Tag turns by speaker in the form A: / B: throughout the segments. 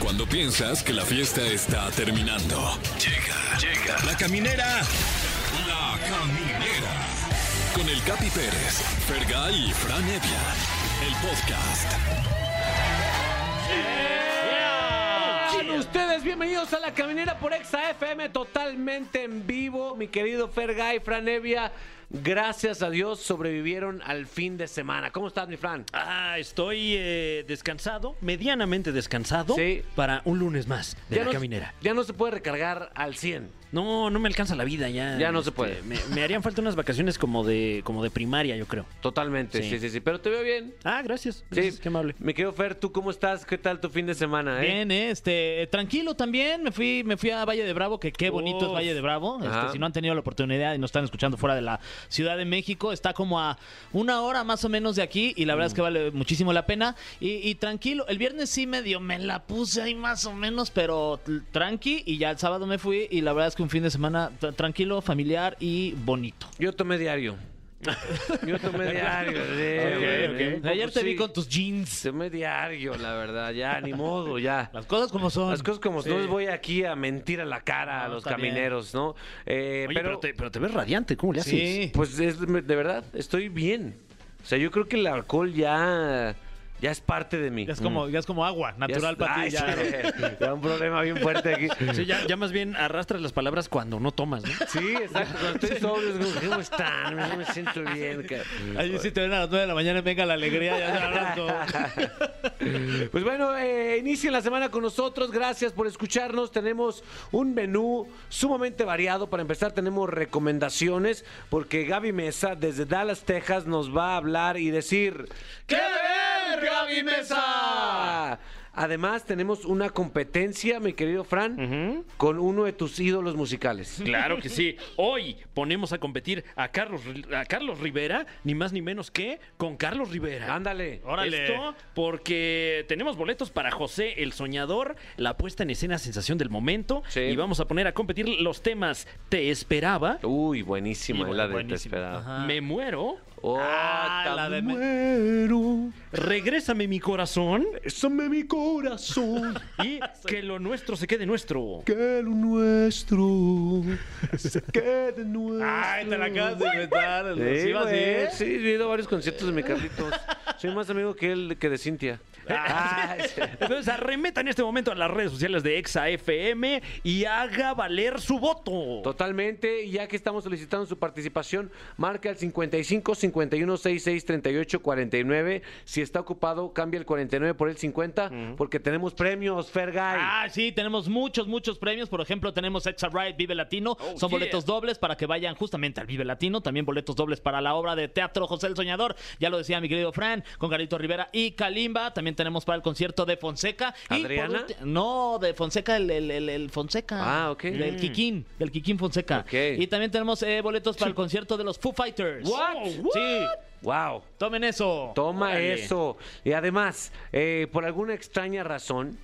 A: Cuando piensas que la fiesta está terminando. Llega, llega. La caminera. La caminera. Con el Capi Pérez, Fergal y Fran Evia. El podcast.
B: Sean ustedes bienvenidos a la caminera por Exa FM totalmente en vivo, mi querido Fergay, Fran Evia. Gracias a Dios sobrevivieron al fin de semana. ¿Cómo estás, mi Fran?
C: Ah, estoy eh, descansado, medianamente descansado,
B: Sí.
C: para un lunes más de la
B: no,
C: caminera.
B: ya no se puede recargar al 100.
C: No, no me alcanza la vida ya. Este,
B: Ya no se puede.
C: Me, me harían falta unas vacaciones como de, como de primaria, yo creo.
B: Totalmente, sí.
C: Sí.
B: sí, sí, Pero te veo bien.
C: Ah, gracias.
D: Pues
B: Sí,
C: gracias, Qué amable.
B: Mi querido Fer, ¿tú cómo estás? ¿Qué tal tu fin de semana? eh?
D: Bien, eh, este, tranquilo también, me fui, me fui a Valle de Bravo, que qué bonito es
C: Uf.
D: Valle de Bravo. Este,
B: Ajá.
D: si no han tenido la oportunidad y nos están escuchando fuera de la Ciudad de México, está como a una hora más o menos de aquí y la verdad es
B: Mm.
D: que vale muchísimo la pena. Y, y tranquilo, el viernes sí medio me la puse ahí más o menos, pero tl- tranqui y ya el sábado me fui y la verdad es que un fin de semana tra- tranquilo, familiar y bonito.
B: Yo tomé diario. Yo tomé diario.
D: Ok, ok.
B: pues
D: Ayer te vi con
B: tu
D: tus jeans.
B: Tomé diario, la verdad. Ya, ni modo, ya.
D: Las cosas como son.
B: Las cosas como
D: Sí.
B: no les voy aquí a mentir a la cara a
D: No,
B: los
D: está bien.
B: camineros, ¿no? Eh,
C: Oye,
B: pero
C: pero, te, pero te ves radiante, ¿cómo le haces?
D: Sí.
B: pues es, de de verdad estoy bien. O sea, yo creo que el alcohol ya ya es parte de mí.
C: Mm.
B: Mm.
D: Ya es como, ya es como agua,
B: Ya es-
D: natural para
B: Ay,
D: ti. ya.
B: sí, ya un problema bien fuerte aquí.
C: Sí, ya, ya más bien arrastras las palabras cuando no tomas, ¿no?
B: Sí, exacto. Cuando estoy sobrio, es como, ¿cómo están? No me siento bien. cara.
D: Ahí sí te ven a las 9 de la mañana y venga la alegría, ya te arranco.
B: Pues bueno, eh, inicien la semana con nosotros. Gracias por escucharnos. Tenemos un menú sumamente variado. Para empezar, tenemos recomendaciones porque Gaby Mesa desde Dallas, Texas, nos va a hablar y decir...
D: ¡Qué ver, Gaby Mesa!
B: Además, tenemos una competencia, mi querido Fran, con uno de tus ídolos musicales.
C: Claro que sí. Hoy ponemos a competir a Carlos, a Carlos Rivera, ni más ni menos que con Carlos Rivera.
B: Ándale.
D: Órale.
C: Esto porque tenemos boletos para José el Soñador, la puesta en escena sensación del momento.
B: Sí.
C: Y vamos a poner a competir los temas Te esperaba,
B: Uy, buenísima
C: Y
B: la de Te
D: buenísima,
B: Esperaba.
D: ajá.
C: Me muero,
B: Oh,
D: Ah,
B: tan
D: la de me-
B: muero.
C: Regrésame mi corazón
B: Bésame mi corazón.
C: y Que lo nuestro se quede nuestro.
B: Que lo nuestro se quede nuestro.
D: Ay, te la acabas de inventar.
B: Sí,
D: ¿los ibas
B: güey,
D: bien?
B: sí, he ido a varios conciertos de mi Carlitos. Soy más amigo que él que de Cintia.
D: Ah,
B: Ay, sí.
C: Entonces arremeta en este momento a las redes sociales de Exa FM y haga valer su voto.
B: Totalmente, y ya que estamos solicitando su participación, marca el 55 51 66 38 49. Si está ocupado, cambia el 49 por el 50, porque tenemos premios, Fergay.
D: Ah, sí, tenemos muchos, muchos premios. Por ejemplo, tenemos Exa Ride Vive Latino.
C: Oh, yeah.
D: Son boletos dobles para que vayan justamente al Vive Latino. También boletos dobles para la obra de teatro José el Soñador. Ya lo decía mi querido Fran, con Carlito Rivera y Kalimba. También tenemos para el concierto de Fonseca. Y por
B: ¿Adriana?
D: ulti- no, de Fonseca, el, el- el- el Fonseca.
B: Ah, ok.
D: Del
B: Mm.
D: Kikín, del Kikín Fonseca.
B: Ok.
D: Y también tenemos eh, boletos para el concierto de los Foo Fighters.
B: What?
D: Sí,
B: Wow.
D: tomen eso.
B: Toma
C: Órale.
B: eso. Y además, eh, por alguna extraña razón,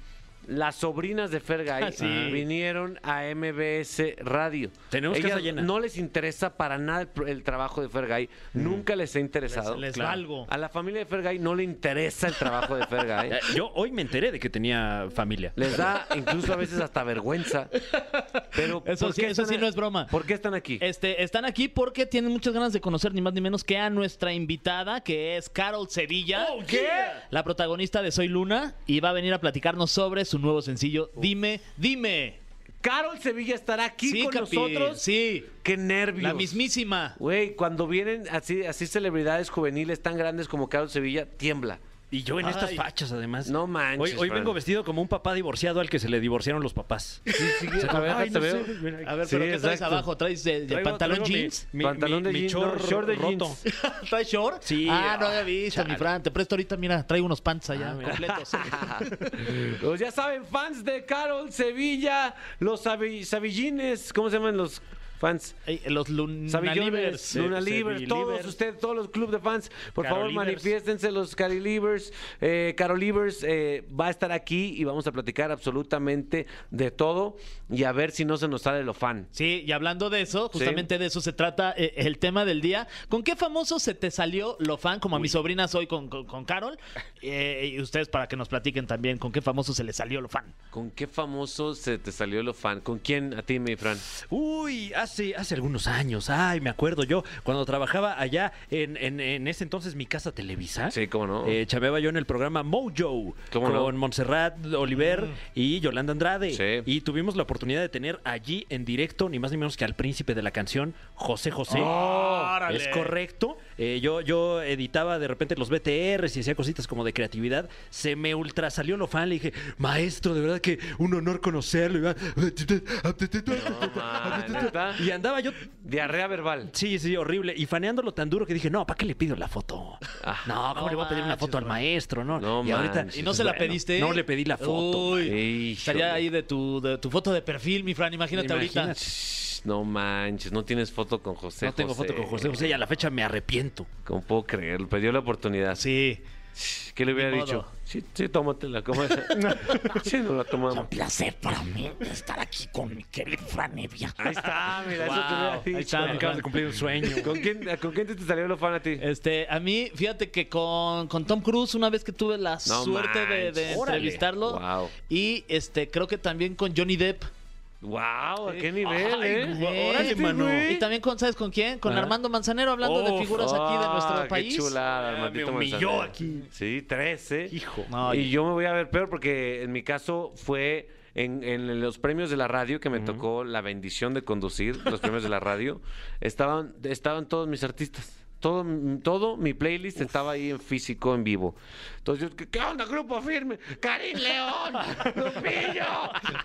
B: las sobrinas de Fergay
D: Ah, sí.
B: vinieron a MBS Radio.
C: Tenemos
B: Ellas
C: casa llena.
B: No les interesa para nada el, pro- el trabajo de Fergay. Nunca les ha interesado.
D: Mm. Les- les valgo.
B: A la familia de Fergay no le interesa el trabajo de Fergay.
C: Eh, Yo hoy me enteré de que tenía familia.
B: Les da incluso a veces hasta vergüenza. Pero
D: Eso
B: ¿por
D: sí,
B: qué
D: eso
B: están
D: sí
B: a-
D: no es broma.
B: ¿Por qué están aquí?
D: Este, están aquí porque tienen muchas ganas de conocer ni más ni menos que a nuestra invitada, que es Carol Sevilla.
C: Oh, yeah.
D: La protagonista de Soy Luna y va a venir a platicarnos sobre su nuevo sencillo, Dime, Dime.
B: Carol Sevilla estará Oh. aquí con
D: Capi,
B: nosotros.
D: Sí,
B: Qué nervios.
D: la mismísima.
B: Güey, cuando vienen así, así celebridades juveniles tan grandes como Carlos Sevilla, tiembla.
C: Y yo en estas
D: Ay.
C: fachas, además.
B: No manches,
C: Hoy, hoy
B: Fran.
C: vengo vestido como un papá divorciado al que se le divorciaron los papás.
B: a ver,
C: Ay,
B: te
C: no
B: veo.
C: sé, mira,
D: A ver,
B: Sí,
D: pero ¿qué traes
B: exacto.
D: abajo? ¿Traes el, el
C: traigo-
D: pantalón
C: traigo mi-
D: jeans?
C: mi-
B: Pantalón
C: mi-
B: de
C: mi
B: jeans,
C: short,
B: no, short de
C: roto.
B: jeans.
D: ¿Traes short?
C: Sí,
D: Ah, no
C: ah,
D: había visto, mi
C: chale.
D: Fran. Te presto ahorita, mira, traigo unos pants allá
C: Ah, mira.
D: completos. eh.
B: Pues ya saben, fans de Carol Sevilla, los sabi- sabillines, ¿cómo se llaman los fans.
D: Ey, Los
B: Sabillones,
D: Lunalivers.
B: Luna
C: eh,
B: Liver, todos
C: Sevilivers.
B: ustedes, todos los clubes de fans, por favor
C: Carolivers.
B: manifiéstense los Carilivers, eh, Carolivers eh, va a estar aquí y vamos a platicar absolutamente de todo y a ver si no se nos sale lo fan.
D: Sí, y hablando de eso,
B: Sí.
D: justamente de eso se trata eh, el tema del día. ¿Con qué famoso se te salió lo fan? Como a mis sobrinas hoy con, con, con Carol. Eh, y ustedes para que nos platiquen también con qué famoso se le salió lo fan.
B: ¿Con qué famoso se te salió lo fan? ¿Con quién a ti, mi Fran?
C: Uy, hace, hace algunos años, ay, me acuerdo yo, cuando trabajaba allá en, en- en ese entonces mi casa Televisa.
B: Sí, cómo no.
C: eh, chameaba yo en el programa Mojo
B: ¿Cómo
C: con
B: no? Mm.
C: Montserrat Oliver y Yolanda Andrade.
B: Sí.
C: Y tuvimos la oportunidad de tener allí en directo, ni más ni menos que al príncipe de la canción, José José.
B: Ah,
D: ¡Órale!
C: Es correcto. Eh, yo, yo editaba de repente los BTRs y hacía cositas como de creatividad. Se me ultra salió lo fan. Le dije, maestro, de verdad que un honor conocerlo. Y va-
B: man, ¿neta?
C: Y andaba yo
B: Diarrea verbal.
C: Sí, sí, horrible. Y faneándolo tan duro que dije, no, ¿para qué le pido la foto?
B: Ah.
C: no, ¿cómo
D: No
C: le voy a pedir una
D: manches,
C: foto al
D: güey.
C: maestro? No,
B: No
C: y ahorita,
B: manches.
D: ¿Y no se la
C: bueno,
D: pediste?
C: No le pedí la foto. Eh,
D: Uy,
B: Híjole.
D: estaría ahí de tu, de tu foto de perfil, mi Fran. Imagínate, ahorita.
C: Imagínate.
B: Shh, No manches, no tienes foto con José.
C: No tengo foto con José José y a la fecha me arrepiento.
B: ¿Cómo puedo creerlo? Perdió la oportunidad.
D: Sí.
B: ¿Qué le hubiera
D: Ni
B: dicho?
D: modo.
B: Sí, sí, tómatela. ¿cómo es? sí, no la tomamos.
E: placer para mí estar aquí con mi querido Franevia.
B: Ahí está, mira, eso te hubiera
D: Wow, ahí
B: dicho.
D: está, mi Fran.
C: cumplir un sueño.
B: ¿Con quién, ¿Con quién te, te salió lo fan a ti?
D: Este, a mí, fíjate que con, con Tom Cruise, una vez que tuve la
B: No
D: suerte de,
B: manches.
D: de
C: Órale.
D: entrevistarlo.
B: Wow.
D: Y este, creo que también con Johnny Depp.
B: ¡Wow! ¿A qué nivel,
C: Ay,
B: eh?
C: güey, órale,
B: Este
C: mano.
B: güey.
D: Y también con, ¿sabes con quién? Con
C: Ah.
B: Ajá.
D: Armando Manzanero, hablando de
C: Uf,
D: figuras aquí de
B: Ah,
D: nuestro
B: qué
D: país.
B: chulada,
C: Ah,
B: Armandito
C: me humilló
B: Manzanero.
C: aquí.
B: Sí, ¿eh? 13.
C: Hijo.
D: No,
B: y
D: oye.
B: yo me voy a ver peor porque en mi caso fue en, en los premios de la radio que me tocó la bendición de conducir, los premios de la radio, estaban, estaban todos mis artistas. Todo, m- todo mi playlist estaba ahí en físico, en vivo. Entonces yo, ¿qué, qué onda, grupo firme? Karim León, Lupillo,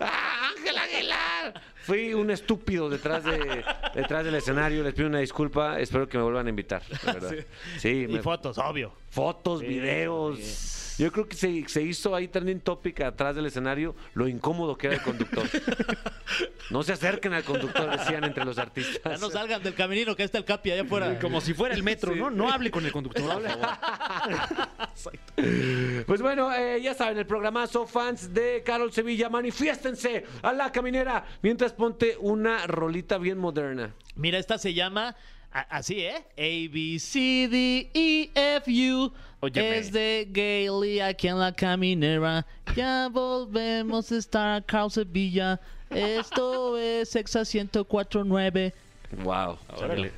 B: ah, Ángel Aguilar. Fui un estúpido detrás, de, detrás del escenario. Les pido una disculpa. Espero que me vuelvan a invitar. la verdad. Sí,
D: Y
B: me-
D: fotos, obvio.
B: fotos, videos. Yo creo que se, se hizo ahí trending topic atrás del escenario lo incómodo que era el conductor. no se acerquen al conductor, decían entre los
D: Ya
B: artistas.
D: no salgan del camerino, que ahí está el capi allá afuera.
C: Como si fuera el metro, ¿no? No hable con el conductor. por favor.
B: Pues bueno, eh, ya saben, el programazo fans de Carol Sevilla, manifiéstense a la caminera mientras ponte una rolita bien moderna.
D: Mira, esta se llama a- así, ¿eh? A, B, C, D, E, F, U.
C: Óyeme.
D: Es de Gailey aquí en la caminera. Ya volvemos a estar, Carl Sevilla. Esto es Exa 1049.
B: Wow.
C: Órale.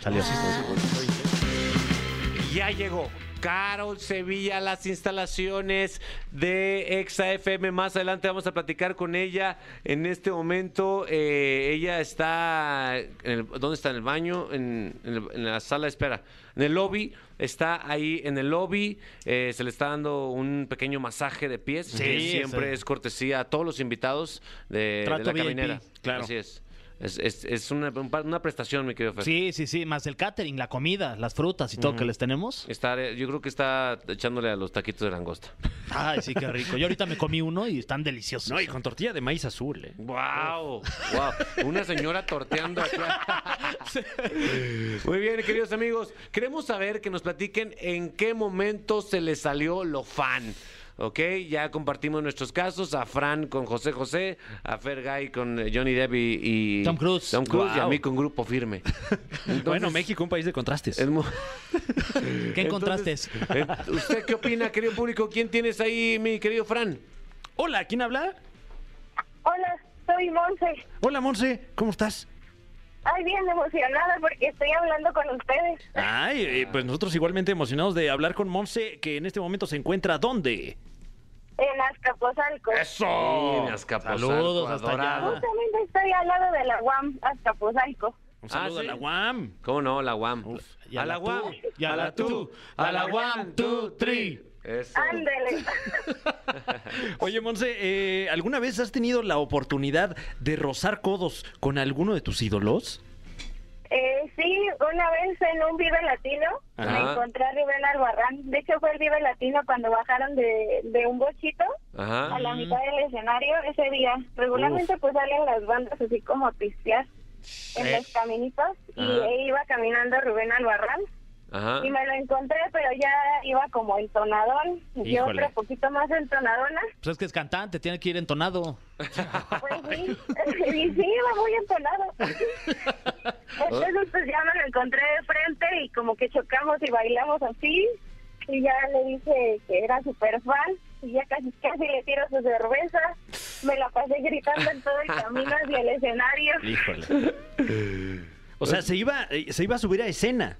B: Ya llegó. Carol Sevilla, a las instalaciones de Exa FM. Más adelante vamos a platicar con ella. En este momento, eh, ella está. En el- ¿Dónde está? ¿En el baño? En, en el- en la sala de espera. En el lobby. Está ahí en el lobby. eh, se le está dando un pequeño masaje de pies. que
D: sí.
B: siempre es cortesía a todos los invitados de, de
D: Trato
B: la
D: VIP,
B: caminera.
C: claro.
B: Así es. Es, es- es una, una prestación, mi querido Fer.
D: Sí, sí, sí, más el catering, la comida, las frutas y todo que les tenemos.
B: Está, eh, yo creo que está echándole a los taquitos de langosta.
D: Ay, sí, qué rico. Yo ahorita me comí uno y están deliciosos.
C: No, y con tortilla de maíz azul, ¿eh?
B: ¡Wow! ¡Wow! Una señora torteando acá. Muy bien, queridos amigos. Queremos saber que nos platiquen en qué momento se les salió lo fan. Ok, ya compartimos nuestros casos, a Fran con José José, a Fergay con eh, Johnny Depp y, y-
D: Tom Cruise.
B: Tom Cruise y a
C: Wow.
B: mí con Grupo Firme.
C: bueno,
B: Entonces,
C: México, un país de contrastes.
B: es mu-
D: ¿Qué encontraste?
B: Entonces, eh, ¿Usted qué opina, querido público? ¿Quién tienes ahí, mi querido Fran?
C: Hola, ¿quién habla?
F: Hola, soy Monse.
C: Hola, Monse, ¿cómo estás?
F: Ay, bien emocionada porque estoy hablando con ustedes.
C: Ay, eh, pues nosotros igualmente emocionados de hablar con Monse, que en este momento se encuentra ¿dónde?
F: En Azcapotzalco.
B: ¡Eso! Azcapotzalco,
D: Saludos hasta allá.
B: adorado.
F: Justamente estoy al lado de la UAM, Azcapotzalco.
C: Un saludo
B: Ah, ¿sí?
C: a la UAM.
B: ¿Cómo no? La UAM.
D: y a la tú, y a la tú,
B: a
D: a
B: la
D: la
B: UAM, tú, tri. Eso.
F: Ándele.
C: Oye, Monse, eh, ¿alguna vez has tenido la oportunidad de rozar codos con alguno de tus ídolos?
F: Eh, sí, una vez en un Vive Latino me
B: Ajá.
F: encontré a Rubén Albarrán. De hecho, fue el Vive Latino cuando bajaron de, de un bochito
B: Ajá.
F: a la mitad del escenario ese día. Regularmente pues salen las bandas así como a pistear. en
D: Eh.
F: los caminitos y
B: Ajá.
F: e iba caminando Rubén al barranco
B: Ajá.
F: y me lo encontré, pero ya iba como entonadón, y yo
C: Híjole.
F: otro poquito más entonadona,
D: Pues es que es cantante, tiene que ir entonado.
F: pues sí, y sí, iba muy entonado. Entonces pues ya me lo encontré de frente y como que chocamos y bailamos así, y ya le dije que era súper fan, y ya casi casi le tiro su cerveza, me la pasé gritando en todo el camino hacia el escenario.
C: Híjole. O sea, se iba, eh, se iba a subir a escena.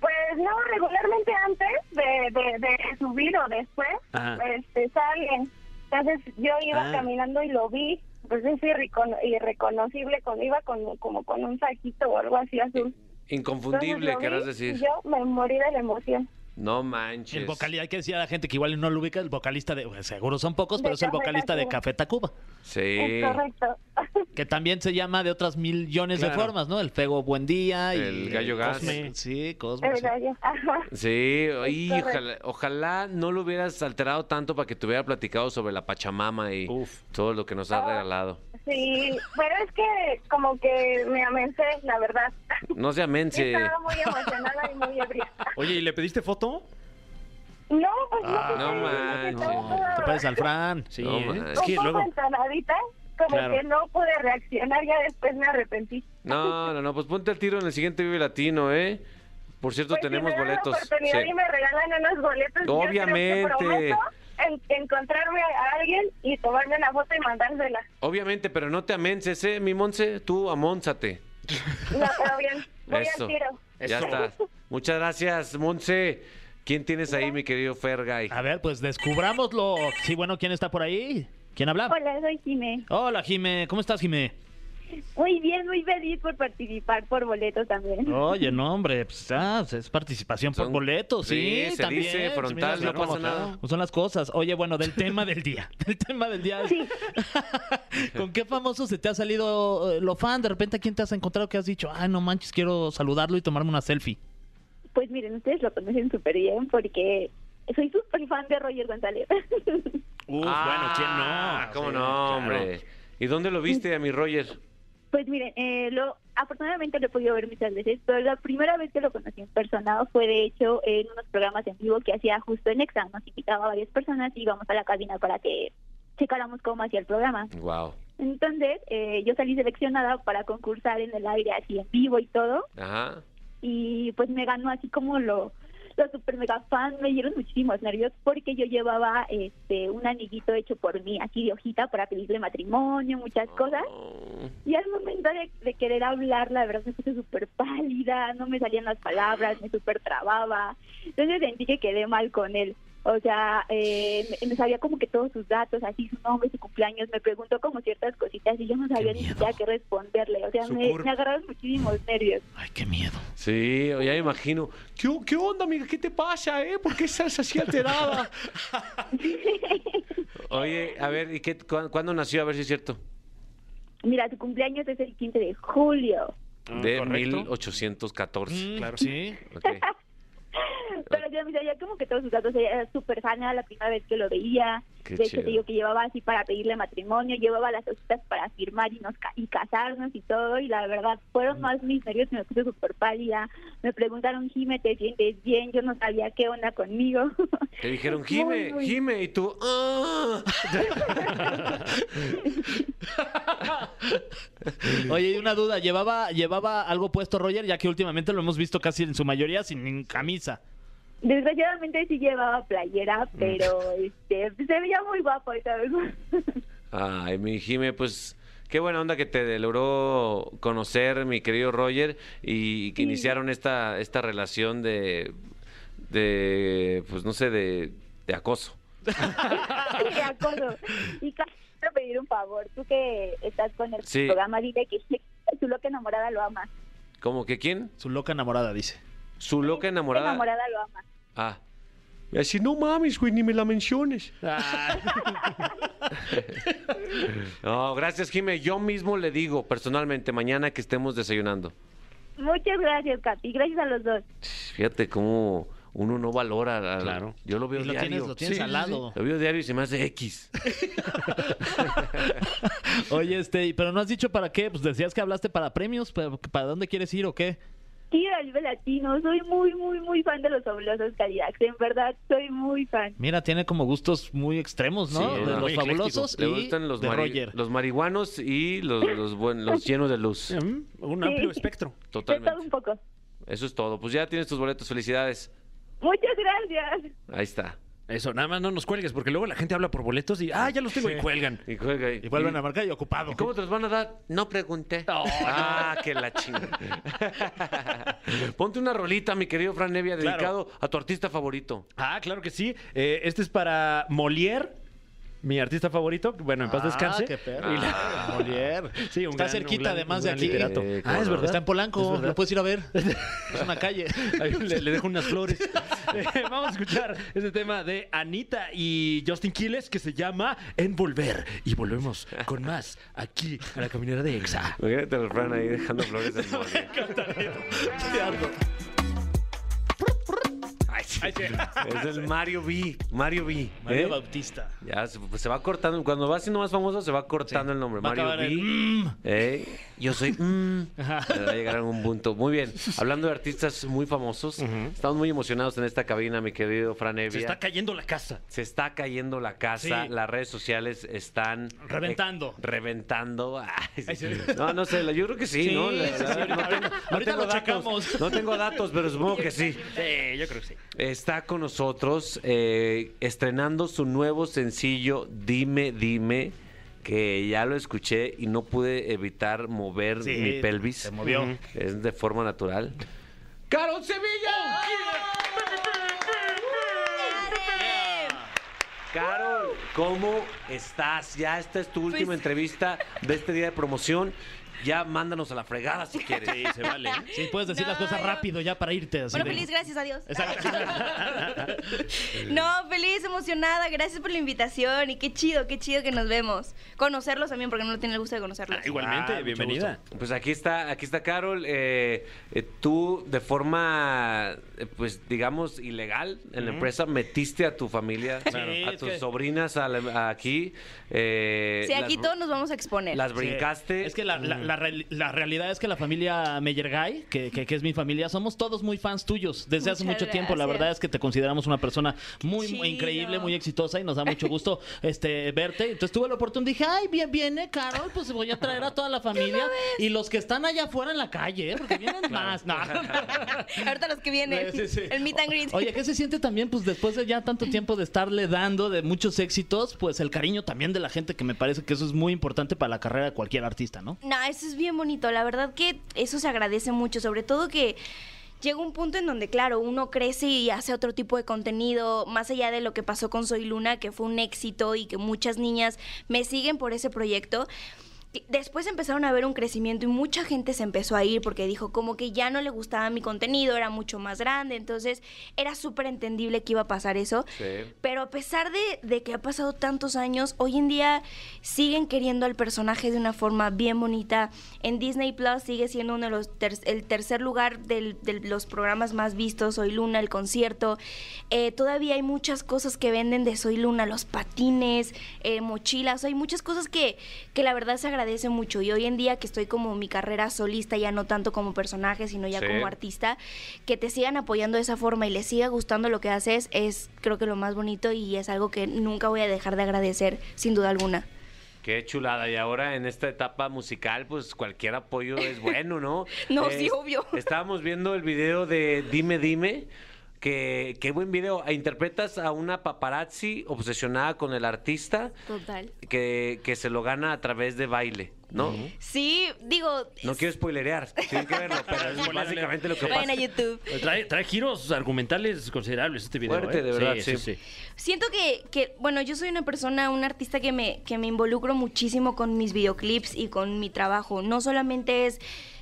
F: Pues no, regularmente antes de, de, de subir o después,
C: Ajá.
F: este, salen. Entonces yo iba
C: Ah.
F: caminando y lo vi, pues es irrecono- irreconocible, con, iba con, como con un saquito o algo así azul. Entonces,
B: Inconfundible,
F: lo vi
B: querrás decir.
F: y Yo me morí de la emoción.
B: No manches.
D: El vocalista, hay que decir a la gente que igual no lo ubica, el vocalista de, pues, seguro son pocos,
F: De
D: pero es el
F: Café
D: vocalista de
F: Tacuba.
D: Café Tacuba,
B: Sí.
F: Es correcto.
D: que también se llama de otras millones de
B: Claro.
D: formas, ¿no? El Fego Buen Día y
B: El Gallo Gas.
D: Cosme. Sí, Cosme.
F: El
D: sí.
F: gallo. Ajá.
B: Sí, y
F: correcto.
B: ojalá, ojalá no lo hubieras alterado tanto para que te hubiera platicado sobre la Pachamama y
C: Uf.
B: todo lo que nos has
F: Ah.
B: regalado.
F: Sí, pero es que como que me amencé, la verdad.
B: No se amense.
F: Estaba muy emocionada y muy ebria.
C: Oye, ¿y le pediste foto?
F: No, pues no.
D: Ah,
F: te
B: no
F: creas,
B: manches.
F: estaba
D: No, te pares al Fran.
C: Sí.
B: No,
C: ¿eh?
B: man.
C: Es que
F: un poco
C: luego.
F: entonadita, como
C: Claro.
F: que no pude reaccionar, ya después me arrepentí.
B: No, no, no, pues ponte el tiro en el siguiente Vive Latino, ¿eh? Por cierto,
F: Pues si
B: tenemos
F: me dan la
B: boletos.
F: oportunidad
B: Sí.
F: y me regalan unos boletos, yo creo que
B: Obviamente.
F: prometo en- encontrarme a alguien y tomarme una foto y mandársela.
B: Obviamente, pero no te amenses, ¿eh, mi Monse? Tú amónzate.
F: No, pero bien, voy
B: Eso.
F: al tiro.
B: Ya
C: Eso.
B: está. Muchas gracias, Monse. ¿Quién tienes ahí, mi querido Fergay?
C: Ah,
D: A ver, pues descubrámoslo. Sí, bueno, ¿quién está por ahí? ¿Quién habla?
G: Hola, soy Jimé.
D: Hola, Jime. ¿Cómo estás, Jime?
G: Muy bien, muy feliz por participar por boleto también.
D: Oye, no, hombre, pues ah, es participación por
B: Son-
D: boletos, sí,
B: sí, se
D: también. pues,
B: dice frontal, no pasa
D: Mira, cómo pues,
B: nada.
D: Son las cosas. Oye, bueno, del tema del día. Del tema del día. ¿Con qué famoso se te ha salido eh, lo fan? De repente, ¿a quién te has encontrado que has dicho, ay, no manches, quiero saludarlo y tomarme una selfie?
G: Pues miren, ustedes lo conocen súper bien porque soy súper fan de Roger González.
C: Uf,
B: Ah,
C: bueno,
B: ¿Cómo
C: ¿quién no?
B: no,
C: Sí, claro.
B: hombre? ¿Y dónde lo viste a mi Roger?
G: pues miren, eh, lo, afortunadamente lo he podido ver muchas veces, pero la primera vez que lo conocí en persona fue de hecho en unos programas en vivo que hacía justo en Exa. Nos invitaba a varias personas y íbamos a la cabina para que checáramos cómo hacía el programa.
B: Wow.
G: Entonces, eh, yo salí seleccionada para concursar en el aire así en vivo y todo.
B: Ajá.
G: y pues me ganó así como lo los super mega fan me dieron muchísimos nervios porque yo llevaba este un anillito hecho por mí así de hojita para pedirle matrimonio muchas cosas
B: Oh.
G: y al momento de, de querer hablar la verdad me puse súper pálida no me salían las palabras me súper trababa entonces sentí que quedé mal con él o sea, eh, me- me sabía como que todos sus datos, así su nombre, su cumpleaños, me preguntó como ciertas cositas y yo no sabía ni
D: miedo.
G: siquiera qué responderle. O sea,
D: Su
G: me,
D: cur-
G: me agarraron muchísimos nervios.
D: Ay, qué miedo.
B: Sí, ya me imagino. ¿Qué, o- qué onda, amiga? ¿Qué te pasa, eh? ¿Por qué estás así alterada? Oye, a ver, ¿y qué, cuán- cuándo nació? A ver si es cierto.
G: Mira, tu cumpleaños es el 15 de julio.
B: de
C: correcto.
B: 1814.
D: Ah, Mm, claro, sí.
B: Ok.
G: Pero yo me sabía como que todos sus datos era súper sana la primera vez que lo veía.
B: Qué
G: de hecho,
B: chido.
G: te digo que llevaba así para pedirle matrimonio, llevaba las hojitas para firmar y, nos ca- y casarnos y todo. Y la verdad, fueron más mis nervios, me puse súper pálida. Me preguntaron, Jime, ¿te sientes bien? Yo no sabía qué onda conmigo.
B: Te dijeron, Jime,
G: muy-
B: Jime, y tú, "Ah".
D: Oye, y una duda, ¿llevaba, ¿llevaba algo puesto Roger? Ya que últimamente lo hemos visto casi en su mayoría sin ni camisa.
G: Desgraciadamente sí llevaba playera,
B: Mm.
G: pero este, se veía muy guapo y todo.
B: Ay, mi Jime, pues qué buena onda que te logró conocer, mi querido Roger, y que iniciaron esta, esta relación de, de, pues no sé, de, de acoso.
G: Sí, de acuerdo. Y Carlos, te voy a pedir un favor, tú que estás con el
B: Sí.
G: programa, dile que tu loca enamorada lo ama.
B: ¿Cómo que quién?
D: Su loca enamorada, dice.
B: Su loca enamorada.
G: enamorada lo ama.
B: Ah. Y así, no mames, güey, ni me la menciones. no, gracias, Jime. Yo mismo le digo personalmente mañana que estemos desayunando.
G: Muchas gracias, Capi. Gracias a los dos.
B: Fíjate cómo uno no valora. la- la-
C: Claro.
B: Yo lo veo
D: Y lo
B: diario.
D: tienes- lo tienes al lado.
B: Lo veo diario y se me hace X.
D: Oye, este, pero no has dicho para qué. Pues decías que hablaste para premios. ¿Para, para dónde quieres ir o qué?
G: Quiero al Vive Latino, soy muy, muy, muy fan de los fabulosos Cadillacs, en verdad, soy muy fan.
D: Mira, tiene como gustos muy extremos, ¿no?
B: Sí,
D: de
B: muy
D: los
C: ecléctico.
D: fabulosos
B: Le
D: y
B: gustan los,
D: de
B: mari-
D: Roger.
B: los marihuanos y los, los, buen- los llenos de luz.
C: Mm, Un amplio espectro.
G: De todo un
B: Totalmente.
G: poco.
B: Eso es todo. Pues ya tienes tus boletos. Felicidades.
G: Muchas gracias.
B: Ahí está.
C: Eso, nada más no nos cuelgues, porque luego la gente habla por boletos y, ah, ya los tengo y cuelgan.
B: Y juega ahí.
D: Y vuelven a marcar y ocupado.
B: ¿Y ¿Cómo te los van a dar? No pregunté. Ah, que la chinga. Ponte una rolita, mi querido Fran Nevia,
C: Claro.
B: dedicado a tu artista favorito.
C: Ah, claro que sí. Eh, este es para Molière, mi artista favorito. Bueno, en paz descanse.
D: Ah, qué perro.
C: Y la-
D: Molière.
C: Sí, un
D: Está
C: gran-
D: cerquita,
C: un gran-
D: además,
C: un
D: de
C: gran
D: aquí.
C: literato.
B: Eh,
C: ah, es
B: cabrón.
C: verdad.
D: Está en Polanco,
C: verdad.
D: lo puedes ir a ver. Es una calle.
C: Ahí le, le dejo unas flores. Eh, vamos a escuchar este tema de Anita y Justin Quiles que se llama Envolver. Y volvemos con más aquí a la caminera de Exa.
B: Imagínate al Fran ahí dejando flores en Molière. Es el Mario B. Mario B. ¿eh?
D: Bautista.
B: Ya se, pues se va cortando. Cuando va siendo más famoso, se va cortando el nombre.
D: Va a
B: Mario
D: acabar
B: B.
D: en mm.
B: ¿eh? Yo soy. mm. Va a llegar a un punto. Muy bien. Hablando de artistas muy famosos, estamos muy emocionados en esta cabina, mi querido Fran Evia.
C: Se está cayendo la casa.
B: Se está cayendo la casa,
D: Sí.
B: las redes sociales están...
D: Reventando.
B: eh, reventando. Ay, sí. No, no sé, yo creo que sí,
D: Sí,
B: ¿no? La-
D: sí, sí,
B: la-
D: ahorita-
B: no tengo-
D: ahorita
B: no
D: lo
B: tengo datos,
D: checamos.
B: no tengo datos, pero supongo que sí.
C: Sí, yo creo que sí.
B: Está con nosotros eh, estrenando su nuevo sencillo, Dime, Dime, que ya lo escuché y no pude evitar mover
D: Sí,
B: mi pelvis.
D: se movió.
B: Ujú. Es de forma natural. ¡Carol Sevilla! Carol, ¿cómo estás? Ya esta es tu última
H: Pues-
B: entrevista de este día de promoción. Ya mándanos a la fregada si quieres. Ah, Sí, se vale.
D: Sí, puedes decir
H: No,
D: las cosas
H: yo-
D: rápido ya para irte. así
H: Bueno,
D: de-
H: feliz, gracias a Dios.
D: Exacto.
H: No, feliz, emocionada, gracias por la invitación y qué chido, qué chido que nos vemos. Conocerlos también, porque no tiene el gusto de conocerlos.
C: igualmente,
D: mucho
C: bienvenida.
B: Pues aquí está, aquí está Carol. Eh, eh, tú, de forma, eh, pues digamos, ilegal en la empresa, metiste a tu familia,
D: Claro.
B: a
D: es
B: tus
D: que-
B: sobrinas a la- a aquí. eh,
H: Sí, aquí
B: las-
H: todos nos vamos a exponer.
B: Las
D: Sí.
B: brincaste.
D: Es que la, la- la real- la realidad es que la familia Meyergay, que, que- que es mi familia, somos todos muy fans tuyos desde hace
H: Muchas
D: mucho tiempo. La
H: gracias.
D: verdad es que te consideramos una persona muy
H: Chido.
D: increíble, muy exitosa y nos da mucho gusto este verte. Entonces tuve la oportunidad, dije, ay, bien, viene Carol, pues voy a traer a toda la familia y los que están allá afuera en la calle, ¿eh? porque vienen más. No.
H: Ahorita los que vienen.
D: Sí, sí.
H: El meet and greet.
D: Oye, ¿qué se siente también, pues después de ya tanto tiempo de estarle dando de muchos éxitos, pues el cariño también de la gente, que me parece que eso es muy importante para la carrera de cualquier artista, ¿no?
H: No, eso es bien bonito. La verdad que eso se agradece mucho, sobre todo que llega un punto en donde, claro, uno crece y hace otro tipo de contenido, más allá de lo que pasó con Soy Luna, que fue un éxito y que muchas niñas me siguen por ese proyecto. Y Después empezaron a ver un crecimiento y mucha gente se empezó a ir porque dijo como que ya no le gustaba mi contenido, era mucho más grande, entonces era súper entendible que iba a pasar eso.
B: Sí.
H: Pero a pesar de, de que ha pasado tantos años, hoy en día siguen queriendo al personaje de una forma bien bonita. En Disney Plus sigue siendo uno de los ter- el tercer lugar del- de los programas más vistos, Soy Luna, el concierto. Eh, todavía hay muchas cosas que venden de Soy Luna, los patines, eh, mochilas, hay muchas cosas que, que la verdad se agradece mucho. Y hoy en día que estoy como mi carrera solista, ya no tanto como personaje, sino ya
B: Sí.
H: como artista artista, que te sigan apoyando de esa forma y les siga gustando lo que haces es creo que lo más bonito y es algo que nunca voy a dejar de agradecer, sin duda alguna.
B: Qué chulada. Y ahora en esta etapa musical, pues cualquier apoyo es bueno, ¿no?
H: No, sí, obvio.
B: Estábamos viendo el video de Dime, Dime. Que, qué buen video. E Interpretas a una paparazzi obsesionada con el artista
H: Total.
B: que, que se lo gana a través de baile, ¿no?
H: Sí, digo,
B: No quiero spoilerear, tienen que verlo, pero es
C: Spoileale.
B: básicamente lo que
H: vayan
B: pasa.
H: a YouTube.
C: Trae, trae giros argumentales considerables este video.
B: Fuerte,
C: ¿eh?
B: de verdad, sí.
H: Siento que, que, bueno, yo soy una persona, un artista que me, que me involucro muchísimo con mis videoclips y con mi trabajo. No solamente es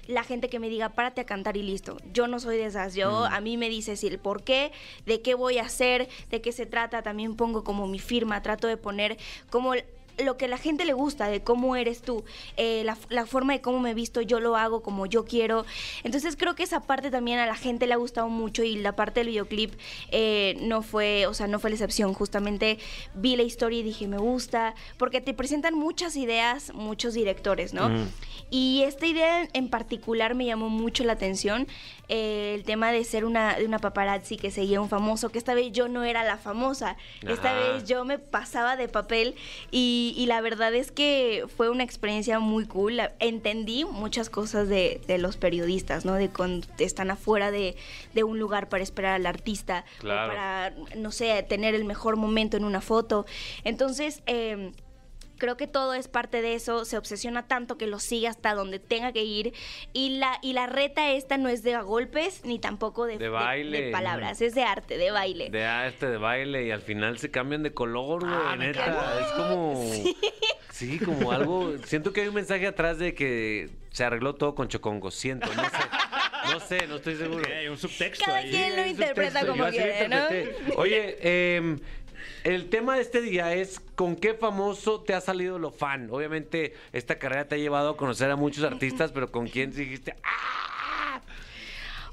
H: la gente que me diga, párate a cantar y listo. Yo no soy de esas. Yo, a mí me dices el por qué, de qué voy a hacer, de qué se trata. También pongo como mi firma, trato de poner como lo que la gente le gusta de cómo eres tú, eh, la, la forma de cómo me visto, yo lo hago como yo quiero. Entonces creo que esa parte también a la gente le ha gustado mucho y la parte del videoclip eh, no fue, o sea, no fue la excepción. Justamente vi la historia y dije, me gusta, porque te presentan muchas ideas, muchos directores, ¿no? Y esta idea en particular me llamó mucho la atención, eh, el tema de ser una, de una paparazzi que seguía a un famoso, que esta vez yo no era la famosa, esta
B: Ajá.
H: vez pues yo me pasaba de papel y, y la verdad es que fue una experiencia muy cool. La- Entendí muchas cosas de, de los periodistas, ¿no? De cuando están afuera de, de un lugar para esperar al artista, o
B: Claro.
H: para, no sé, tener el mejor momento en una foto. Entonces, eh, Creo que todo es parte de eso, se obsesiona tanto que lo sigue hasta donde tenga que ir y la y la reta esta no es de a golpes ni tampoco de,
B: De baile.
H: de palabras, es de arte, de baile.
B: De arte, de baile, y al final se cambian de color, güey,
H: Ah,
B: neta. Es como. Sí. como algo. Siento que hay un mensaje atrás de que se arregló todo con Chocongo. Siento, no sé. No sé, no estoy seguro.
C: Hay un subtexto
H: Cada
C: ahí.
H: quien lo interpreta
B: Yo
H: como
B: así lo
H: quiere, ¿no?
B: interpreté. Oye, eh, el tema de este día es con qué famoso te ha salido lo fan. Obviamente, esta carrera te ha llevado a conocer a muchos artistas, pero con quién dijiste. "Ah,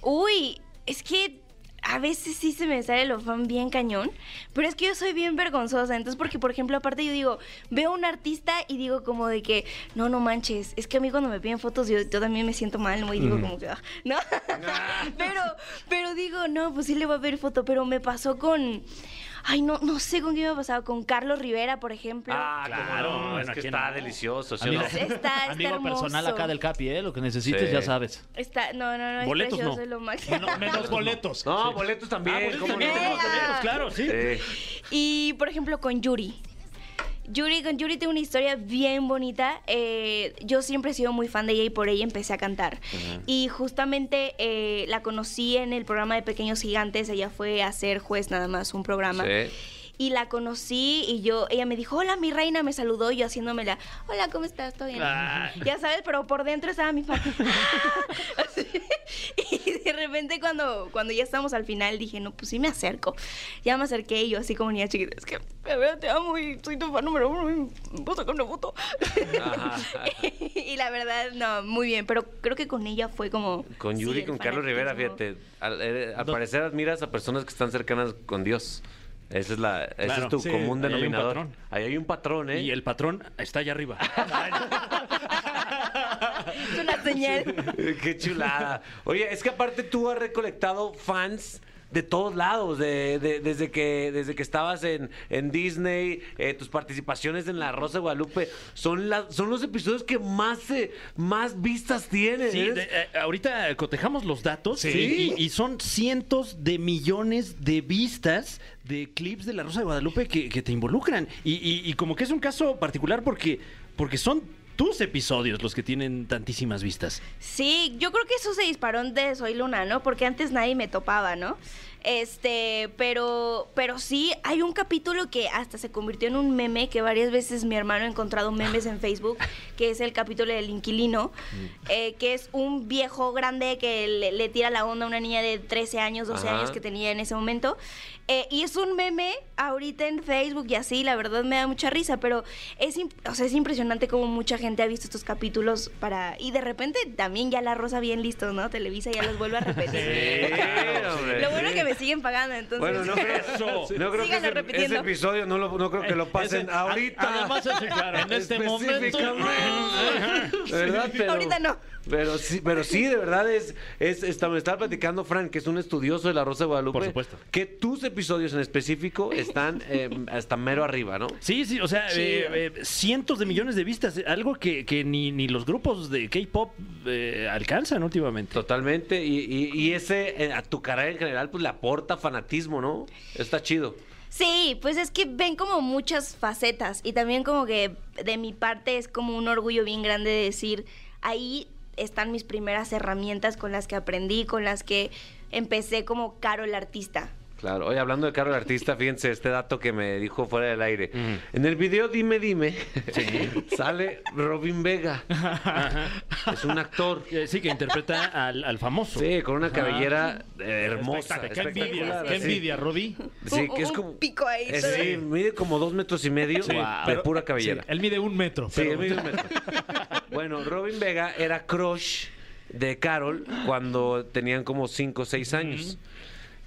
H: Uy, es que a veces sí se me sale lo fan bien cañón, pero es que yo soy bien vergonzosa. Entonces, porque, por ejemplo, aparte yo digo, veo a un artista y digo como de que, no, no manches, es que a mí cuando me piden fotos yo, yo también me siento mal, ¿no? Y digo como que, "Ah", ¿no? pero, pero digo, no, pues sí le voy a pedir foto, pero me pasó con... Ay, no, no sé con quién me ha pasado. Con Carlos Rivera, por ejemplo.
B: Ah,
C: Claro,
B: claro, es
C: bueno,
B: que
C: ¿quién
B: está
C: no?
B: delicioso, ¿sí o
D: Amigo,
B: no?
H: Está- está
D: amigo
H: hermoso.
D: personal acá del Capi, ¿eh? Lo que necesites,
B: Sí.
D: ya sabes.
H: Está, no, no, no, es
C: Boletos no.
H: precioso, es lo máximo.
D: menos boletos.
B: No, boletos también.
C: Ah, pues,
B: ¿cómo
C: también
B: no?
C: tenemos
H: Venga.
C: boletos, claro, sí.
B: Eh,
H: Y por ejemplo con Yuri. Yuri, con Yuri tengo una historia bien bonita. Eh, yo siempre he sido muy fan de ella y por ella empecé a cantar. Y justamente eh, la conocí en el programa de Pequeños Gigantes. Ella fue a ser juez nada más, un programa.
B: sí.
H: Y la conocí y yo, ella me dijo, hola mi reina, me saludó y yo haciéndomela, hola, ¿cómo estás? ¿Todo bien?
C: Ah.
H: Ya sabes, pero por dentro estaba mi fan. Así. y de repente cuando, cuando ya estábamos al final dije, no, pues sí me acerco. Ya me acerqué y yo así como niña chiquita, es que bebé, te amo y soy tu fan número uno y voy a sacar una foto.
B: Ajá.
H: y la verdad, no, muy bien, pero creo que con ella fue como...
B: Con
H: sí,
B: Yuri,
H: el
B: con Carlos Rivera,
H: fanatismo.
B: fíjate. Al, eh, al parecer admiras a personas que están cercanas con Dios. Esa es la, ese
C: Claro,
B: es tu
C: sí,
B: común
C: ahí hay un
B: denominador.
C: patrón.
B: ahí hay un patrón, ¿eh?
C: Y el patrón está allá arriba.
H: Es una señal.
B: Qué chulada. Oye, es que aparte tú has recolectado fans de todos lados, de- de- desde que desde que estabas en, en Disney, eh, tus participaciones en La Rosa de Guadalupe, son las son los episodios que más eh, más vistas tienes.
C: Sí, de- eh, ahorita cotejamos los datos y, y- y son cientos de millones de vistas de clips de La Rosa de Guadalupe que, que te involucran. Y, y- y como que es un caso particular porque, porque son tus episodios los que tienen tantísimas vistas.
H: Sí, yo creo que eso se disparó de Soy Luna, ¿no? Porque antes nadie me topaba, ¿no? Este, pero, pero sí, hay un capítulo que hasta se convirtió en un meme, que varias veces mi hermano ha encontrado memes en Facebook, que es el capítulo del inquilino, eh, que es un viejo grande que le, le tira la onda a una niña de 13 años, 12
B: Ajá.
H: años que tenía en ese momento. Eh, y es un meme ahorita en Facebook y así, la verdad me da mucha risa, pero es, imp- o sea, es impresionante como mucha gente ha visto estos capítulos para... Y de repente también ya La Rosa bien listos, ¿no? Televisa ya los vuelve a repetir.
B: hombre,
H: Lo bueno
B: sí.
H: es que me siguen pagando, entonces...
B: Bueno, no creo,
C: Eso.
B: no creo que
H: Síganlo
B: ese,
H: repitiendo.
B: ese episodio no, lo- no creo que lo pasen
D: Ese-
B: ahorita.
D: a- Además, ese- en este momento.
B: Específicamente. ¿Verdad? Pero,
H: Ahorita no.
B: Pero sí, pero sí, de verdad es, es está- me estaba platicando Frank, que es un estudioso de la Rosa de Guadalupe.
C: Por supuesto.
B: Que tus episodios en específico están eh, hasta mero arriba, ¿no?
C: Sí, sí, o sea, eh, eh, cientos de millones de vistas, eh, algo que, que ni, ni los grupos de K-pop eh, alcanzan últimamente.
B: Totalmente. Y, y- y ese, eh, a tu carrera en general, pues le aporta fanatismo, ¿no? Está chido.
H: Sí, pues es que ven como muchas facetas y también como que de mi parte es como un orgullo bien grande de decir, ahí están mis primeras herramientas con las que aprendí, con las que empecé como Caro el artista.
B: Claro. Oye, hablando de Carol Artista, fíjense este dato que me dijo fuera del aire. En el video Dime Dime sale Robin Vega. es un actor.
C: Eh, Sí, que interpreta al, al famoso.
B: Sí, con una cabellera eh, hermosa.
D: Espectacular, Qué envidia,
B: espectacular,
D: qué
B: así.
D: envidia, Robbie.
B: Sí,
H: Un-
B: que es
H: un
B: como.
H: pico ahí,
B: es-
H: todo.
B: sí, mide como dos metros y medio de
D: Pero-
B: pura cabellera.
D: sí, él mide un metro.
B: Sí,
D: pero-
B: el mismo metro. bueno, Robin Vega era crush de Carol cuando tenían como 5 o 6 años.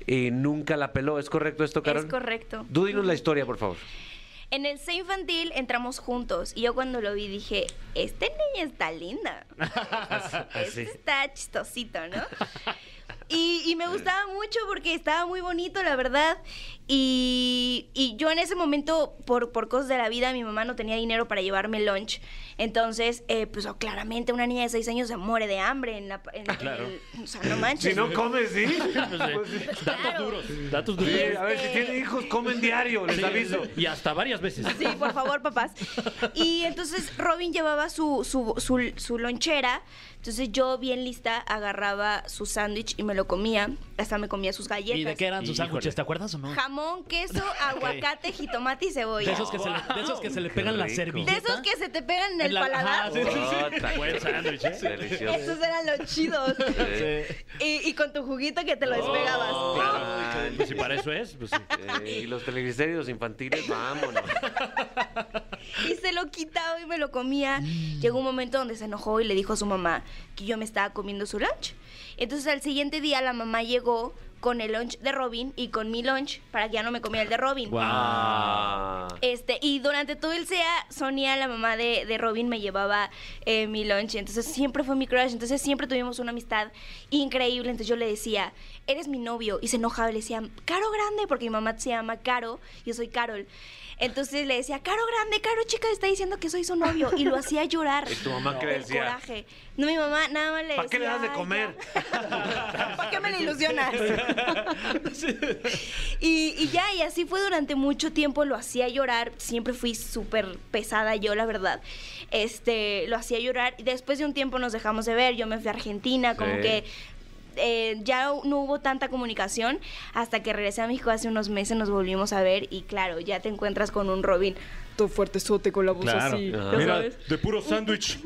B: Y nunca la peló. ¿Es correcto esto, Carol?
H: Es correcto.
B: Tú dinos la historia, por favor.
H: En el C infantil entramos juntos y yo cuando lo vi dije, esta niña está linda.
B: así.
H: este está chistosito, ¿no? Y, y me gustaba mucho porque estaba muy bonito, la verdad. Y, y yo en ese momento, por, por cosas de la vida, mi mamá no tenía dinero para llevarme lunch. Entonces, eh, pues oh, claramente una niña de seis años se muere de hambre en la... en- en el- o sea, no manches.
B: Si no comes, sí. Pues sí.
H: Claro.
C: Datos
B: Sí,
C: duros.
B: a ver, si
H: Este-
B: tiene hijos, comen diario, les aviso.
C: Y hasta varias veces.
H: Sí, por favor, papás. Y entonces Robin llevaba su, su, su- su lonchera. Entonces yo, bien lista, agarraba su sándwich y me lo comía. Hasta me comía sus galletas.
D: ¿Y de qué eran sus
C: Híjole.
D: sándwiches? ¿Te acuerdas o no?
H: Jamón, queso, aguacate, jitomate y
D: De
H: cebolla.
D: esos que, se le, de esos que se le pegan la
B: rico.
D: servilleta.
H: De esos que se te pegan en
D: En
H: el
D: la-
H: paladar.
D: ajá, sí, sí, sí.
C: Buen sándwich, ¿eh?
B: Delicioso.
H: Esos eran los chidos.
B: Sí.
H: Y, y con tu juguito que te
D: Oh,
H: lo despegabas.
C: Ay, Pues si para eso es, pues sí.
B: Sí, Y los televiserios infantiles, vámonos.
H: Y se lo quitaba y me lo comía. Llegó un momento donde se enojó y le dijo a su mamá que yo me estaba comiendo su lunch. Entonces al siguiente día la mamá llegó con el lunch de Robin y con mi lunch para que ya no me comiera el de Robin.
B: Ah.
H: Este, y durante todo el SEA, Sonia, la mamá de, de Robin, me llevaba eh, mi lunch. Entonces siempre fue mi crush. Entonces siempre tuvimos una amistad increíble. Entonces yo le decía, eres mi novio. Y se enojaba y le decía, Caro Grande, porque mi mamá se llama Caro, yo soy Carol. Entonces le decía, Caro Grande, Caro Chica está diciendo que soy su novio. Y lo hacía llorar.
B: ¿Y tu mamá qué
H: del
B: decía?
H: coraje. No, mi mamá nada más le
B: ¿Para qué le
H: decía,
B: das de
H: "Ay,
B: comer?"
H: ya. ¿Para qué me la ilusionas? Y, y ya, y así fue durante mucho tiempo, lo hacía llorar, siempre fui súper pesada yo, la verdad. Este, lo hacía llorar, y después de un tiempo nos dejamos de ver, yo me fui a Argentina, como
B: Sí.
H: que eh, ya no hubo tanta comunicación, hasta que regresé a México hace unos meses, nos volvimos a ver, y claro, ya te encuentras con un Robin todo fuertezote con la voz así,
B: Ajá.
H: ¿ya
B: Mira,
H: sabes?
C: de puro sándwich.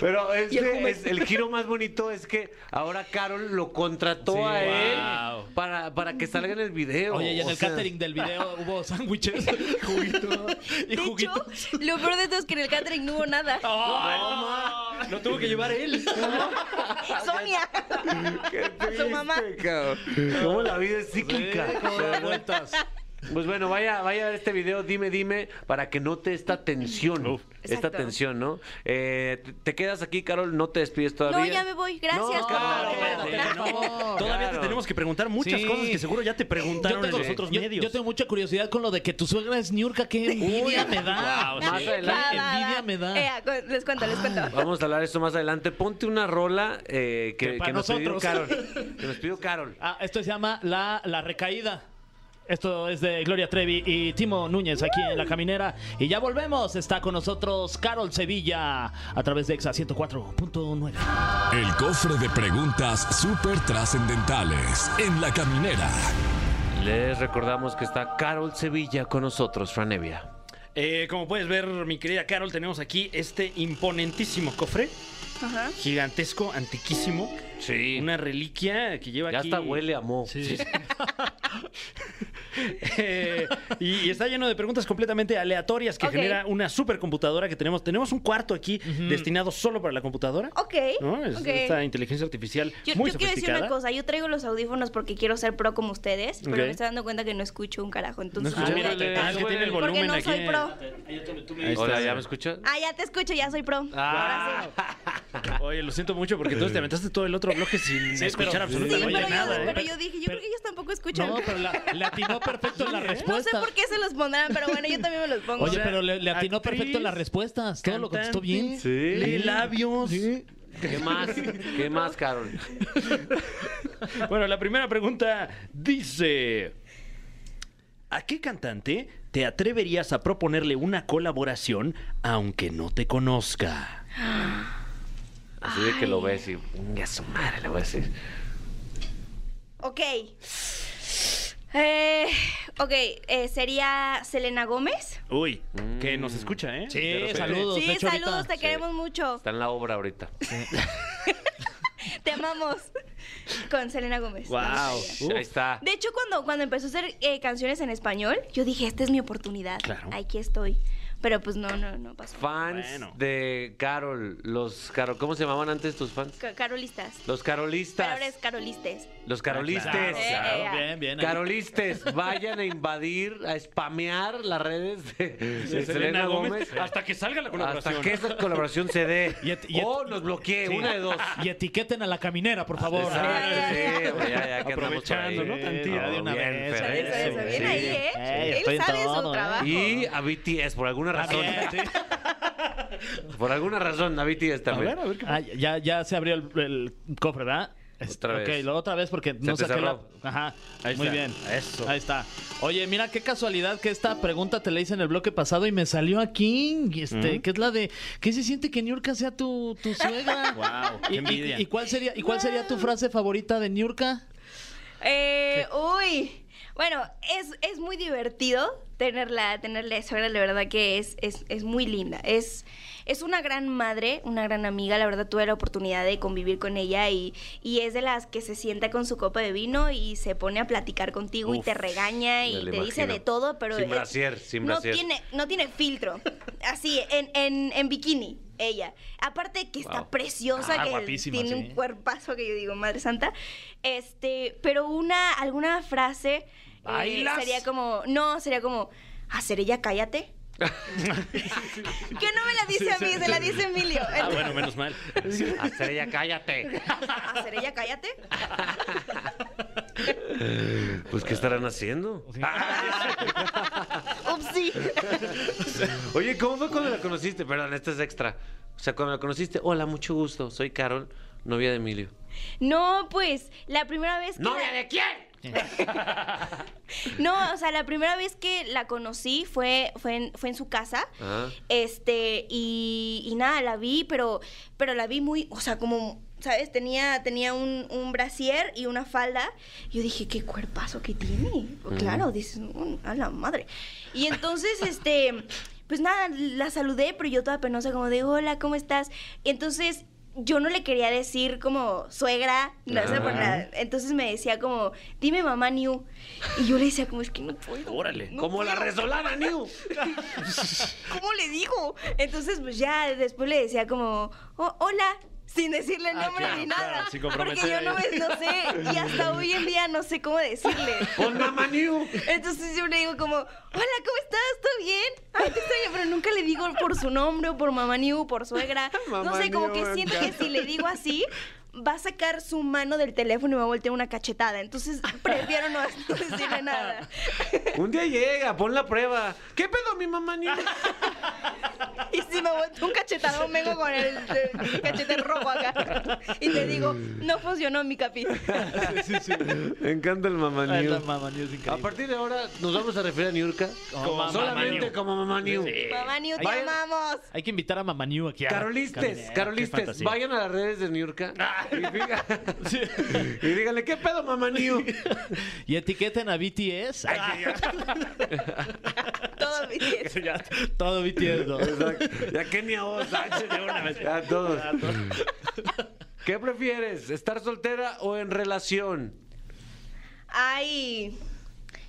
B: Pero
H: Y el
B: este
H: Homer.
B: es el giro más bonito es que ahora Carol lo contrató a él
D: Wow.
B: para, para que salga en el video.
D: Oye, y en
B: O
D: el
B: sea,
D: catering del video hubo sándwiches, juguito y
H: De hecho,
D: juguito.
H: lo peor de todo es que en el catering no hubo nada.
D: Ah,
C: Lo tuvo que llevar él.
H: Sonia,
B: qué
H: su mamá.
B: triste, cabrón. Cómo la vida es cíclica.
D: Como da vueltas.
B: Pues bueno, vaya, vaya a ver este video, dime, dime, para que note esta tensión. esta
H: Exacto.
B: tensión, ¿no? Eh, te- te quedas aquí, Carol, no te despides todavía.
H: No, ya me voy, gracias
B: No,
H: por
B: Carol,
H: la oportunidad.
B: espérate,
D: no.
C: Todavía te
B: Claro.
C: tenemos que preguntar muchas
D: Sí.
C: cosas que seguro ya te preguntaron en los otros
D: yo-
C: medios.
D: yo tengo mucha curiosidad con lo de que tu suegra es niurca. Qué envidia me da.
C: Wow,
B: Más
D: Qué
B: adelante.
D: envidia me da. Ah.
H: Ea, Eh, ah, cu- les cuento, les cuento.
B: Vamos a hablar de esto más adelante. Ponte una rola eh, que,
D: Que para
B: que nos pidió
D: nosotros.
B: Carol. Que nos pidió Carol.
D: Ah, esto se llama La, la Recaída. Esto es de Gloria Trevi y Timo Núñez aquí en La Caminera. Y ya volvemos. Está con nosotros Carol Sevilla a través de Exa 104.9.
A: El cofre de preguntas súper trascendentales en la caminera.
B: Les recordamos que está Carol Sevilla con nosotros, Franevia.
C: Eh, como puedes ver, mi querida Carol, tenemos aquí este imponentísimo cofre,
H: Ajá.
C: gigantesco, antiquísimo.
B: Sí.
C: Una reliquia que lleva
B: Ya
C: aquí.
B: hasta huele a mo.
C: Sí. Eh, y, y está lleno de preguntas completamente aleatorias que
H: Ok.
C: genera una supercomputadora que tenemos. Tenemos un cuarto aquí destinado solo para la computadora.
H: Ok.
C: ¿no? Es
H: ok.
C: Esta inteligencia artificial
H: Yo,
C: muy
H: yo quiero decir
C: sofisticada.
H: una cosa, yo traigo los audífonos porque quiero ser pro como ustedes, pero
C: Ok.
H: me estoy dando cuenta que no escucho un carajo, entonces...
C: escuchas?
H: voy a
B: Ah, mira,
H: intentar.
B: ah, es que tiene el
H: Porque
C: volumen
H: no
C: aquí en
H: soy
C: el-
H: pro.
C: Ahí está.
B: Hola, ¿ya me escuchas?
H: Ah, ya te escucho, ya soy pro.
B: Ah.
C: Oye, lo siento mucho porque entonces te aventaste todo el otro bloque sin escuchar
H: Sí,
C: absolutamente
H: pero, yo,
C: nada. ¿eh?
H: pero yo dije, yo
D: Pero-
H: creo que ellos tampoco escuchan.
D: No, pero la, le atinó perfecto en las
H: No sé
D: respuestas.
H: por qué se los pondrán, pero bueno, yo también me los pongo.
D: Oye,
C: sea,
D: pero le, le atinó
C: actriz,
D: perfecto en las respuestas. Todo lo contestó bien.
C: Cantante, lee labios.
B: ¿Qué más? ¿Qué más, Carol?
C: Bueno, la primera pregunta dice: ¿A qué cantante te atreverías a proponerle una colaboración aunque no te conozca?
B: Así de que lo ves y. "Venga, su madre! Le voy a decir.
H: Ok. Eh, ok, eh, sería Selena Gómez.
C: Uy,
B: Mm.
C: que nos escucha, ¿eh? De
D: Sí,
C: repente.
D: saludos.
H: Sí,
D: de hecho, ahorita-
H: saludos, te queremos mucho.
B: Está en la obra ahorita.
H: Te amamos. Con Selena Gómez.
C: Wow.
B: Uf. Ahí está.
H: De hecho, cuando, cuando empezó a hacer eh, canciones en español, yo dije, esta es mi oportunidad.
C: Claro.
H: Aquí estoy. Pero pues no, no, no pasó.
B: Fans
C: Bueno.
B: de Carol. Los Carol. ¿Cómo se llamaban antes tus fans?
H: Ca- Carolistas.
B: Los
H: Pero eres
B: carolistas.
H: carolistes.
B: Los carolistes.
D: Claro,
H: Eh,
D: claro,
H: eh,
D: Bien, bien. ahí.
B: Carolistes, vayan a invadir, a spamear las redes de, de
C: De
B: Selena Gómez.
C: Hasta que salga la colaboración.
B: Hasta que esa colaboración se dé.
D: Y et- y et-
B: o nos bloquee,
D: Sí.
B: una de dos.
D: Y etiqueten a la caminera, por favor.
B: Exacto,
H: Ya,
B: sí, güey, Ah, ya, ya que andamos por ahí.
C: Aprovechando, ¿no? Tantito.
D: de una
B: Bien,
D: vez.
B: pero
H: Eso,
B: eso,
H: eso, bien
B: sí.
H: ahí, ¿eh?
D: Ey, estoy
H: Él
D: en
H: sabe de
D: todo,
H: su
D: ¿eh?
H: trabajo.
B: Y a BTS, por alguna razón.
D: También, sí.
B: Por alguna razón, a BTS
C: A
B: también.
C: ver, a ver qué
D: Ah, ya, ya se abrió el, el cofre, ¿verdad?
B: Otra
D: Ok,
B: vez.
D: lo otra vez porque no
B: te
D: saqué la...
B: cerró.
D: Ajá,
C: Ahí
D: muy
C: está.
D: bien.
C: Eso.
D: Ahí está. Oye, mira qué casualidad que esta pregunta te la hice en el bloque pasado y me salió aquí, y este, que es la de ¿qué se siente que Niurka sea tu, tu suegra?
C: Guau, qué
D: Y- y-
C: envidia.
D: Y, cuál sería y cuál sería tu frase favorita de Niurka?
H: Eh, uy. Bueno, es, es muy divertido tenerla, tenerla de suegra, la verdad que es, es, es muy linda. Es, es una gran madre, una gran amiga, la verdad tuve la oportunidad de convivir con ella y, y es de las que se sienta con su copa de vino y se pone a platicar contigo y
B: Uf,
H: te regaña y
B: me
H: te
B: lo
H: dice
B: imagino.
H: de todo, pero...
B: Sin
H: eh,
B: brasier, sin
H: no
B: brasier.
H: Tiene, no tiene filtro, así, en, en, en bikini, ella. Aparte que está
B: Wow.
H: preciosa,
D: Ah,
H: que
D: guapísima,
H: tiene
D: sí.
H: un cuerpazo que yo digo, Madre Santa. Este, pero una, alguna frase eh,
B: ¿Bailas?
H: sería como, no, sería como, hacer ella cállate. que no me la dice a mí, se la dice Emilio.
C: Ah, bueno, menos mal. Ah,
B: Hacer ella, cállate.
H: Hacer "Ah, ella cállate.
B: Pues, ¿qué estarán haciendo?
H: Upsi.
B: Oye, ¿cómo fue cuando la conociste? Perdón, esta es extra. O sea, cuando la conociste, hola, mucho gusto, soy Carol, novia de Emilio.
H: No, pues, la primera vez que. la-
B: ¿Novia de quién?
H: No, o sea, la primera vez que la conocí fue, fue, en, fue en su casa.
B: Ajá.
H: Este, y, y nada, la vi, pero, pero la vi muy, o sea, como, ¿sabes? Tenía, tenía un, un brasier y una falda. Y yo dije, qué cuerpazo que tiene. Claro, dices, "Mm, a la madre. Y entonces, este, pues nada, la saludé, pero yo toda penosa, como de, hola, ¿cómo estás? Y entonces. Yo no le quería decir como suegra, no sé, por
B: Ajá.
H: nada. Entonces me decía como, dime mamá New. Y yo le decía como, es que no puedo.
C: Órale.
H: no
B: Como la
H: puedo".
B: resolana, New.
H: ¿cómo le digo? Entonces, pues ya después le decía como, "Oh, hola, sin decirle el
C: Ah,
H: nombre
C: claro,
H: ni nada.
C: claro, sin
H: porque
C: comprometer
H: yo no,
C: ahí.
H: me- no sé, y hasta hoy en día no sé cómo decirle.
C: Pues
B: Con mamá New.
H: Entonces yo le digo como, hola, ¿cómo estás? ¿Todo bien? Ay, te extraño, pero nunca le digo por su nombre o por mamá New, por suegra. no
B: Mamá
H: sé, como
B: New,
H: que
B: me
H: siento que
B: encanta.
H: si le digo así, va a sacar su mano del teléfono y me va a voltear una cachetada. Entonces prefiero no, no decirle nada.
B: Un día llega, pon la prueba. ¿Qué pedo, mi mamá New?
H: Y si me vuelto un cachetadón, vengo con el, el cachete rojo acá. Y te digo, no funcionó mi capi.
B: Me encanta el mamá
D: Ay,
B: New.
D: la mamá, Dios, increíble.
B: A partir de ahora nos vamos a referir a Niurka
D: Como mamá
B: solamente
D: New.
B: como mamá New.
H: Mamá New, te
B: Vayan-
H: amamos.
D: Hay que invitar a Mamá New aquí. a la
B: Carolistes,
D: caminera, qué
B: Carolistes,
D: fantasía. Ah.
B: vayan a las redes de Niurka y, diga- y díganle, ¿qué pedo, mamá New?
D: Y etiqueten a BTS. Ay,
H: Todo mi
D: sí, ya, todo BTS. ¿no?
B: Exacto. Ya Kenia Oz, de una vez. Ya todos. ¿Qué prefieres, estar soltera o en relación?
H: Ay.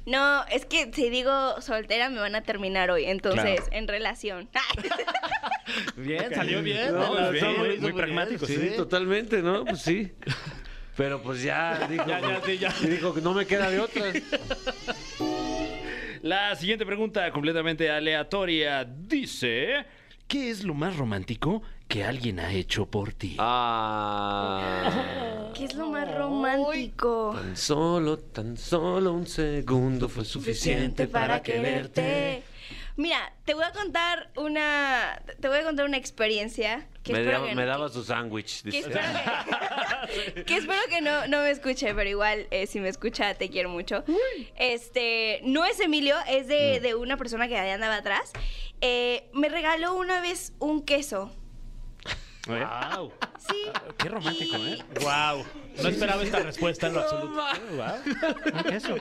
H: No, es que si digo soltera me van a terminar hoy, entonces, en relación.
D: Bien, salió bien.
B: No,
D: de la-
B: bien,
D: sí,
B: muy
D: hizo bien,
B: Pues
C: pragmáticos,
D: sí.
B: totalmente, ¿no? Pues sí. Pero pues ya dijo,
D: Ya, ya, sí, ya.
B: dijo que no me queda de otra.
C: La siguiente pregunta, completamente aleatoria, dice: ¿Qué es lo más romántico que alguien ha hecho por ti?
B: Ah.
H: ¿Qué es lo más romántico?
B: Tan solo, tan solo un segundo fue suficiente para quererte.
H: Mira, te voy a contar una, te voy a contar una experiencia que
B: Me
H: espero
B: daba,
H: que-
B: me daba su sándwich.
H: Que
B: dice.
H: espero que, que espero que no, no me escuche, pero igual eh, si me escucha te quiero mucho. Este, no es Emilio, es
C: Mm.
H: de, de una persona que ahí andaba atrás. Eh, me regaló una vez un queso.
C: Wow.
H: Sí.
C: Ah, Qué romántico,
H: Y-
C: ¿eh? Wow.
D: No esperaba esta respuesta en lo absoluto.
C: queso.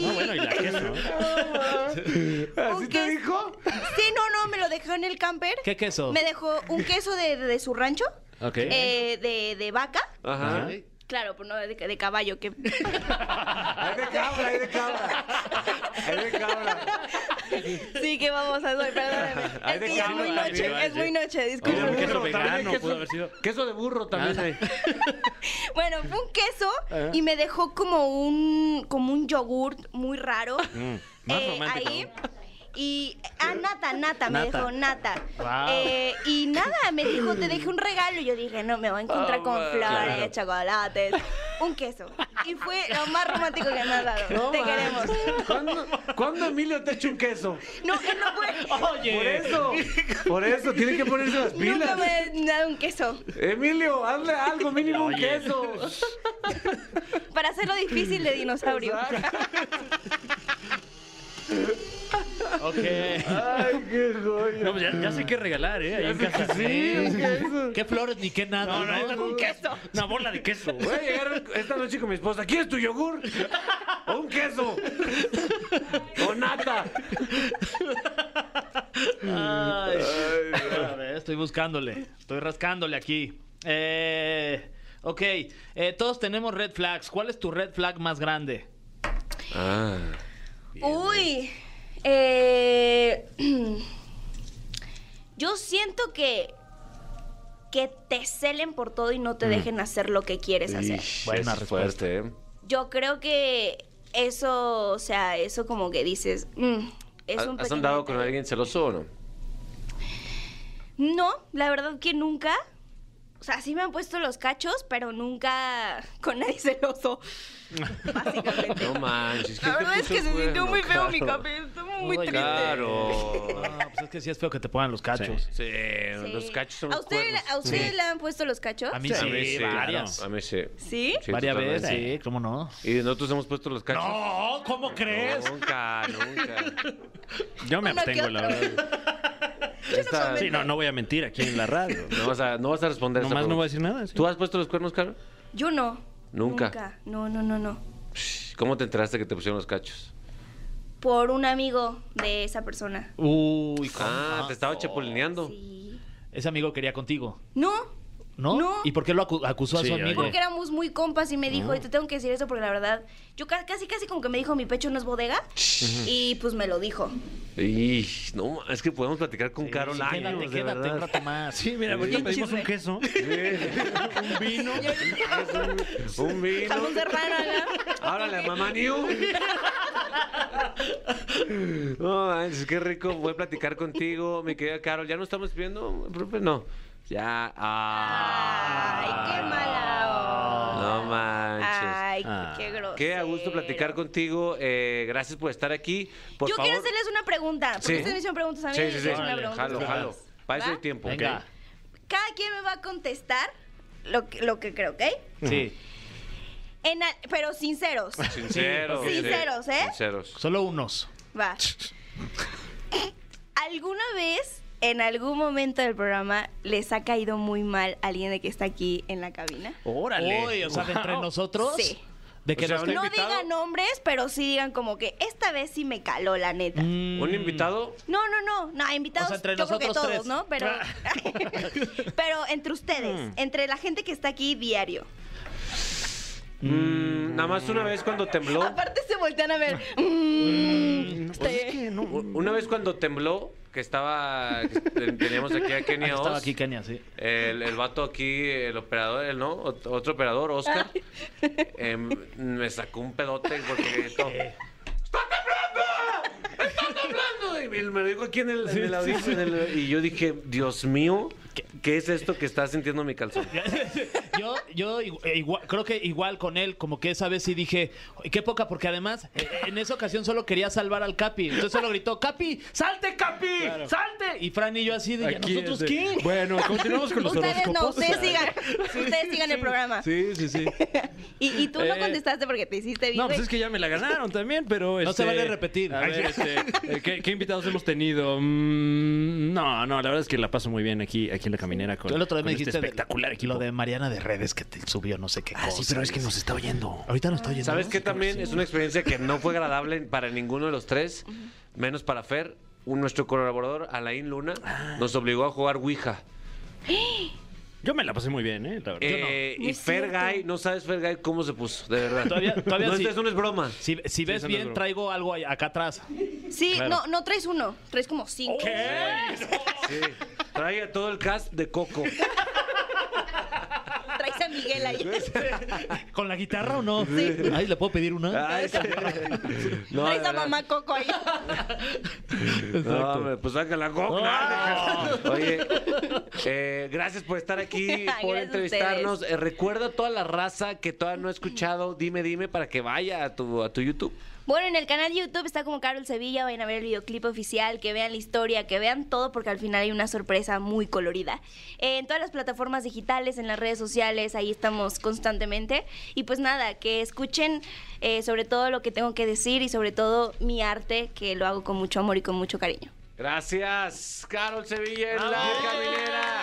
C: No, bueno, y la queso.
B: ¿Así te
H: Un queso.
B: dijo?
H: Sí, no, no, me lo dejó en el camper.
D: ¿Qué queso?
H: Me dejó un queso de, de su rancho,
C: Ok.
H: eh, de, de vaca.
B: Ajá.
D: Ah.
C: Ajá.
H: Claro, pues no, de, de caballo, que...
B: Hay de cabra, hay de cabra. Hay de cabra.
H: Sí, que vamos a hacer, perdóname.
B: Ay,
H: Es
B: de
H: que ya es
B: cabra,
H: muy
B: ay,
C: de
H: noche, es
C: valle.
H: muy noche,
B: Oye,
C: Oye, un
H: disculpen.
C: queso
B: burro, también
C: vegano
B: Oh, queso-
C: pudo haber sido.
B: Queso de burro también hay.
H: Bueno, fue un queso y me dejó como un como un yogurt muy raro.
C: Mm,
H: Eh,
C: más romántico,
H: Ahí.
C: ¿no?
H: Y ah, nata, nata, me
C: Nata.
H: dejó nata.
D: Wow.
H: Eh, y nada, me dijo, te dejé un regalo. Y yo dije, no, me voy a encontrar con flores, chocolates, un queso. Y fue lo más romántico que me has dado.
B: No
H: te
B: manches.
H: queremos.
B: ¿Cuándo, cuándo Emilio te echa un queso?
H: No, él no puede.
C: Oh,
B: Por eso. Por eso, tiene que ponerse las
H: Nunca
B: pilas.
H: me ha dado un queso.
B: Emilio, hazle algo, mínimo un
C: Oye.
B: queso.
H: Para hacerlo difícil de dinosaurio.
B: Exacto.
D: Ok.
B: Ay, qué joya.
C: No, pues ya, ya sé qué regalar, ¿eh? Ahí en casa.
B: Sí, un queso.
D: ¿Qué flores ni qué nada?
C: No, no,
D: ¿no?
C: no, un queso. Una bola de queso.
B: Voy a llegar esta noche con mi esposa. ¿Quieres tu yogur? ¿O un queso? ¿O nata?
D: Ay. A ver, estoy buscándole. Estoy rascándole aquí. Eh, ok. eh, todos tenemos red flags. ¿Cuál es tu red flag más grande?
B: Ah.
H: Uy, eh, yo siento que que te celen por todo y
B: Mm.
H: no te dejen hacer lo que quieres hacer.
D: Buena
B: es fuerte, ¿eh?
H: Yo creo que eso, o sea, eso como que dices, mm, es un
B: ¿Has
H: pequeño
B: andado con
H: detalle.
B: alguien celoso o no?
H: No, la verdad que nunca. O sea, sí me han puesto los cachos, pero cuenta con nadie celoso. Básicamente.
B: No manches. ¿quién
H: la
B: te
H: verdad es
B: puso
H: que se
B: el cuerno?
H: sintió muy feo mi
B: Claro.
H: café. Estuvo muy
D: Ay,
H: triste.
B: Claro.
D: Ah, pues es que sí es feo que te pongan los cachos.
B: Sí,
H: Sí.
B: los cachos son
H: ¿A
B: los
H: usted,
B: cuernos.
H: ¿A usted le han puesto los cachos?
D: A mí sí, varias.
B: A mí sí.
H: ¿Sí?
B: Sí,
D: varias veces,
B: totalmente.
D: sí, cómo no.
B: ¿Y nosotros hemos puesto los cachos?
D: No, ¿cómo crees?
B: Nunca, nunca.
C: Yo me
H: Uno que
C: abstengo, la
H: otro.
C: verdad.
B: Esta-
C: Sí, no, no voy a mentir aquí en la radio.
B: no vas a, no vas a responder esa
C: Nomás no
B: pregunta.
C: voy a decir nada. sí.
B: ¿Tú has puesto los cuernos, Carlos?
H: Yo no.
B: Nunca.
H: No, no, no, no.
B: ¿Cómo te enteraste que te pusieron los cachos?
H: Por un amigo de esa persona.
B: Uh.
D: Uy, ¿cómo?
B: Ah, te estaba chapulineando.
H: Sí.
D: Ese amigo quería contigo,
H: No,
D: ¿no?
H: No.
D: ¿Y por qué lo acu- acusó
C: Sí,
D: a su amigo?
B: Eh.
H: porque éramos muy compas y me dijo, y te tengo que decir eso porque la verdad, yo ca- casi, casi como que me dijo, mi pecho no es bodega. y pues me lo dijo.
B: Y no, ma- es que podemos platicar con Carol
D: Sí,
B: años,
D: quédate,
B: de
D: quédate un
B: verdad.
D: rato más.
C: Sí, mira, ahorita pedimos un queso.
B: un vino. un, un vino.
H: Jamón serrano, ¿no?
B: Háblale a mamá New. No, manches, qué rico fue platicar contigo, mi querida Carol. ¿Ya no estamos viendo? Profe, no. Ya.
H: Ay,
B: Ah.
H: qué mala onda.
B: No manches.
H: Ay,
C: Ah.
H: qué grosero.
B: Qué a gusto platicar contigo. Eh, gracias por estar aquí. Por
H: Yo
B: favor.
H: quiero hacerles una pregunta. Porque
B: Sí.
H: ustedes me hicieron preguntas a mí.
B: Sí,
H: yo
B: sí,
H: les
B: sí.
H: hice una pregunta a
B: Jalo,
H: ustedes.
B: jalo. Para eso
H: ¿Va?
B: hay tiempo.
D: Venga.
H: Cada quien me va a contestar lo que, lo que creo, ¿ok?
D: Sí,
H: En a- pero sinceros.
B: Sinceros.
H: Sí, sinceros, ¿eh?
B: Sinceros.
D: solo unos.
H: Va. ¿Alguna vez, en algún momento del programa, les ha caído muy mal alguien de que está aquí en la cabina?
C: Órale.
D: Uy, o sea, de entre
C: Wow.
D: nosotros.
H: Sí.
D: De que
B: O sea,
D: nos-
B: ¿Un
H: No
B: invitado?
H: digan nombres, pero sí digan como que esta vez sí me caló, la neta.
D: Mm.
B: ¿Un invitado?
H: No, no, no, no, invitados
D: O sea, entre
H: yo creo que
D: nosotros
H: todos,
D: tres.
H: ¿no? Pero, pero entre ustedes, entre la gente que está aquí diario.
B: Mm, nada más una vez cuando tembló.
H: Aparte se voltean a ver. Mm,
C: Pues es
H: este-
C: que no.
B: u- Una vez cuando tembló, que estaba. que ten- Teníamos aquí a Kenia Oz.
D: Ah, Estaba aquí Kenia, sí.
B: El, el vato aquí, el operador, él, ¿no? Ot- Otro operador, Oscar. em, me sacó un pedote porque gritó.
D: Eh.
B: Y me me lo dijo aquí en el, en el audífono, en el- y yo dije, Dios mío, ¿qué es esto que está sintiendo mi calzón?
D: Yo, yo igu- eh, igual- creo que igual con él, como que esa vez sí dije, "Ay, qué poca, porque además eh, en esa ocasión solo quería salvar al Capi. Entonces solo gritó, Capi, salte, Capi, salte. Y Fran y yo así de, "¿Y a
C: Aquí
D: nosotros
C: es de-
D: qué?
C: Bueno, continuamos con los
H: Ustedes no,
C: horóscopos.
H: ustedes sigan, ustedes sigan el programa.
C: Sí, sí, sí.
H: Y, y tú no
C: Eh,
H: contestaste porque te hiciste bien.
C: No, pues
H: güey.
C: es que ya me la ganaron también, pero
D: No se
C: este,
D: vale repetir.
C: A ver, este, eh, ¿qué, qué invitados hemos tenido? Mm, no, no, la verdad es que la paso muy bien aquí, aquí aquí en la caminera con,
D: Tú el otro día
C: con
D: me
C: este
D: dijiste de-
C: espectacular equipo.
D: lo de Mariana de redes que te subió no sé qué
C: Ah,
D: cosa.
C: sí, pero es que nos está oyendo.
D: Ahorita no estoy oyendo.
B: ¿Sabes qué también es una experiencia que no fue agradable para ninguno de los tres, menos para Fer? Un- Nuestro colaborador, Alain Luna, nos obligó a jugar Ouija.
C: Yo me la pasé muy bien, ¿eh? La verdad.
B: Eh,
H: No
B: y
H: es
B: Fer
H: cierto.
B: Guy, no sabes Fer Guy cómo se puso, de verdad.
D: Todavía- todavía
B: no,
D: sí.
B: esto es- no es broma.
D: Si, si ves
C: eso no es
D: bien,
C: broma.
D: traigo algo ahí- acá atrás.
H: Sí,
C: Claro.
H: no, no traes uno, traes como cinco.
B: Sí. Trae a todo el cast de Coco.
H: Traes a Miguel ahí.
D: ¿Con la guitarra o no? Ay, ¿le puedo pedir una?
B: Ay, sí. No, de
H: traes a
B: verdad.
H: mamá Coco ahí.
B: No, hombre, pues sácala Coco. No,
D: No.
B: déjala. Oye, eh, gracias por estar aquí,
H: Gracias
B: por
H: a
B: entrevistarnos. Eh, recuerda a toda la raza que todavía no ha escuchado, dime, dime, para que vaya a tu, a tu YouTube.
H: Bueno, en el canal de YouTube está como Carol Sevilla, vayan a ver el videoclip oficial, que vean la historia, que vean todo, porque al final hay una sorpresa muy colorida. Eh, en todas las plataformas digitales, en las redes sociales, ahí estamos constantemente. Y pues nada, que escuchen eh, sobre todo lo que tengo que decir y sobre todo mi arte, que lo hago con mucho amor y con mucho cariño.
B: Gracias, Carol Sevilla en la caminera.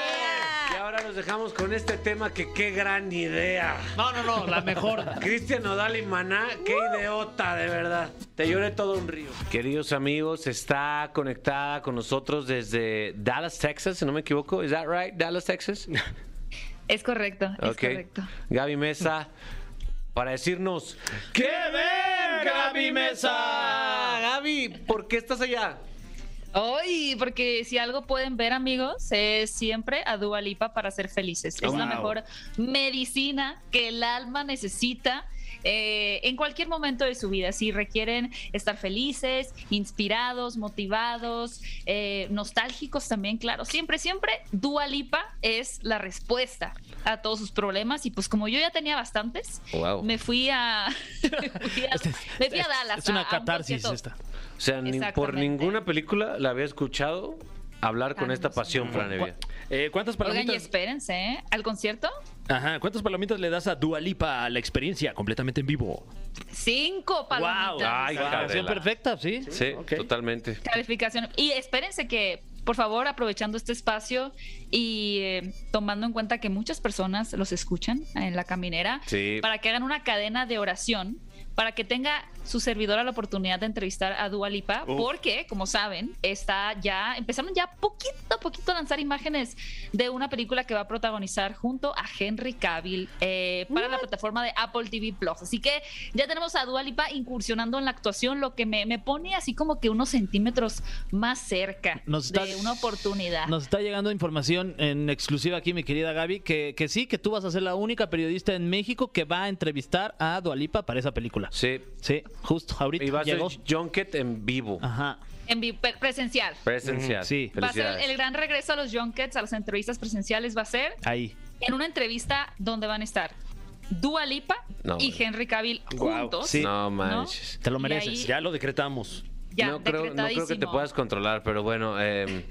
B: Y ahora nos dejamos con este tema que qué gran idea.
D: No, no, no, la mejor.
B: Cristian Nodal y Maná, qué idiota, de verdad. Te lloré todo un río. Queridos amigos, está conectada con nosotros desde Dallas, Texas, si no me equivoco. ¿Es that right? Dallas, Texas.
I: Es correcto, es
B: Ok.
I: correcto.
B: Gaby Mesa, para decirnos... ¡Qué ver, Gaby Mesa! Gaby, ¿por qué estás allá?
I: Hoy, porque si algo pueden ver, amigos, es siempre a Dua Lipa para ser felices. Es la
C: Wow.
I: mejor medicina que el alma necesita. eh, en cualquier momento de su vida, si requieren estar felices, inspirados, motivados, eh, nostálgicos también, claro, siempre, siempre Dua Lipa es la respuesta a todos sus problemas y pues como yo ya tenía bastantes,
B: Wow.
I: me fui a, me fui a, me fui a Dallas.
D: Este Es una
I: a- a un
D: catarsis
I: concierto.
D: esta.
B: O sea, ni por
I: Exactamente.
B: ninguna película la había escuchado hablar con
I: Tan
B: esta pasión,
I: emocionante.
B: Franevia.
C: Eh, ¿Cuántas
I: Oigan, y
C: palomitas?
I: espérense, ¿eh? ¿Al concierto?
C: Ajá, ¿cuántas palomitas le das a Dualipa a la experiencia completamente en vivo? Ah,
I: Cinco palomitas.
B: Ay,
D: Canción
B: Gabriela.
D: perfecta, sí.
B: Sí,
C: ok.
B: totalmente.
I: Calificación. Y espérense que, por favor, aprovechando este espacio y eh, tomando en cuenta que muchas personas los escuchan en la caminera,
B: Sí.
I: para que hagan una cadena de oración, para que tenga su servidora la oportunidad de entrevistar a Dua Lipa, porque, como saben, está ya, empezaron ya poquito a poquito a lanzar imágenes de una película que va a protagonizar junto a Henry Cavill eh, para la plataforma de Apple TV Plus. Así que ya tenemos a Dua Lipa incursionando en la actuación, lo que me, me pone así como que unos centímetros más cerca
D: Nos está-
I: de una oportunidad.
D: Nos está llegando información en exclusiva aquí, mi querida Gaby, que, que sí, que tú vas a ser la única periodista en México que va a entrevistar a Dualipa para esa película.
B: Sí.
D: Sí, justo, ahorita
B: Y va a ser
D: llegó.
B: Junket en vivo.
D: Ajá.
I: En vi- pre- presencial.
B: Presencial.
D: Ujú, sí.
I: Va a ser
B: Felicidades.
I: el gran regreso a los junkets, a las entrevistas presenciales, va a ser
D: Ahí.
I: en una entrevista donde van a estar Dua Lipa
B: No,
I: y
B: bueno.
I: Henry Cavill
C: Guau,
I: juntos.
D: sí.
B: No manches.
D: Te lo
I: Y
D: mereces.
I: ahí
C: Ya lo decretamos.
I: ya
B: no, creo, no creo que te
I: decretadísimo.
B: puedas controlar, pero bueno, eh,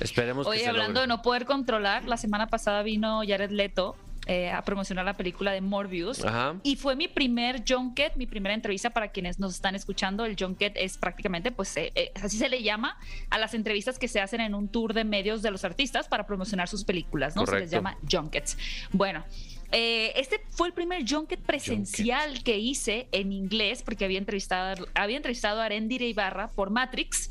B: esperemos que
I: Oye,
B: se
I: hablando
B: logre.
I: de no poder controlar, la semana pasada vino Jared Leto eh, a promocionar la película de Morbius.
B: Ajá.
I: Y fue mi primer junket, mi primera entrevista para quienes nos están escuchando. El junket es prácticamente, pues eh, eh, así se le llama a las entrevistas que se hacen en un tour de medios de los artistas para promocionar sus películas, ¿no? Se les
B: Correcto.
I: llama junkets. Bueno. eh, este fue el primer junket presencial que hice en inglés porque había entrevistado, había entrevistado a Arendira Ibarra por Matrix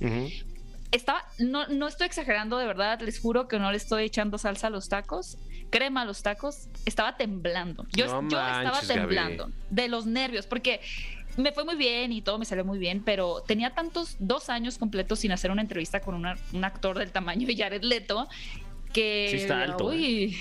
I: estaba, no, no estoy exagerando de verdad, les juro que no le estoy echando salsa a los tacos, crema a los tacos, estaba temblando. Yo,
B: No
I: yo
B: manches,
I: estaba
B: Gaby.
I: temblando de los nervios, porque me fue muy bien y todo me salió muy bien, pero tenía tantos dos años completos sin hacer una entrevista con una- un actor del tamaño de Jared Leto que
C: Sí está alto,
I: uy,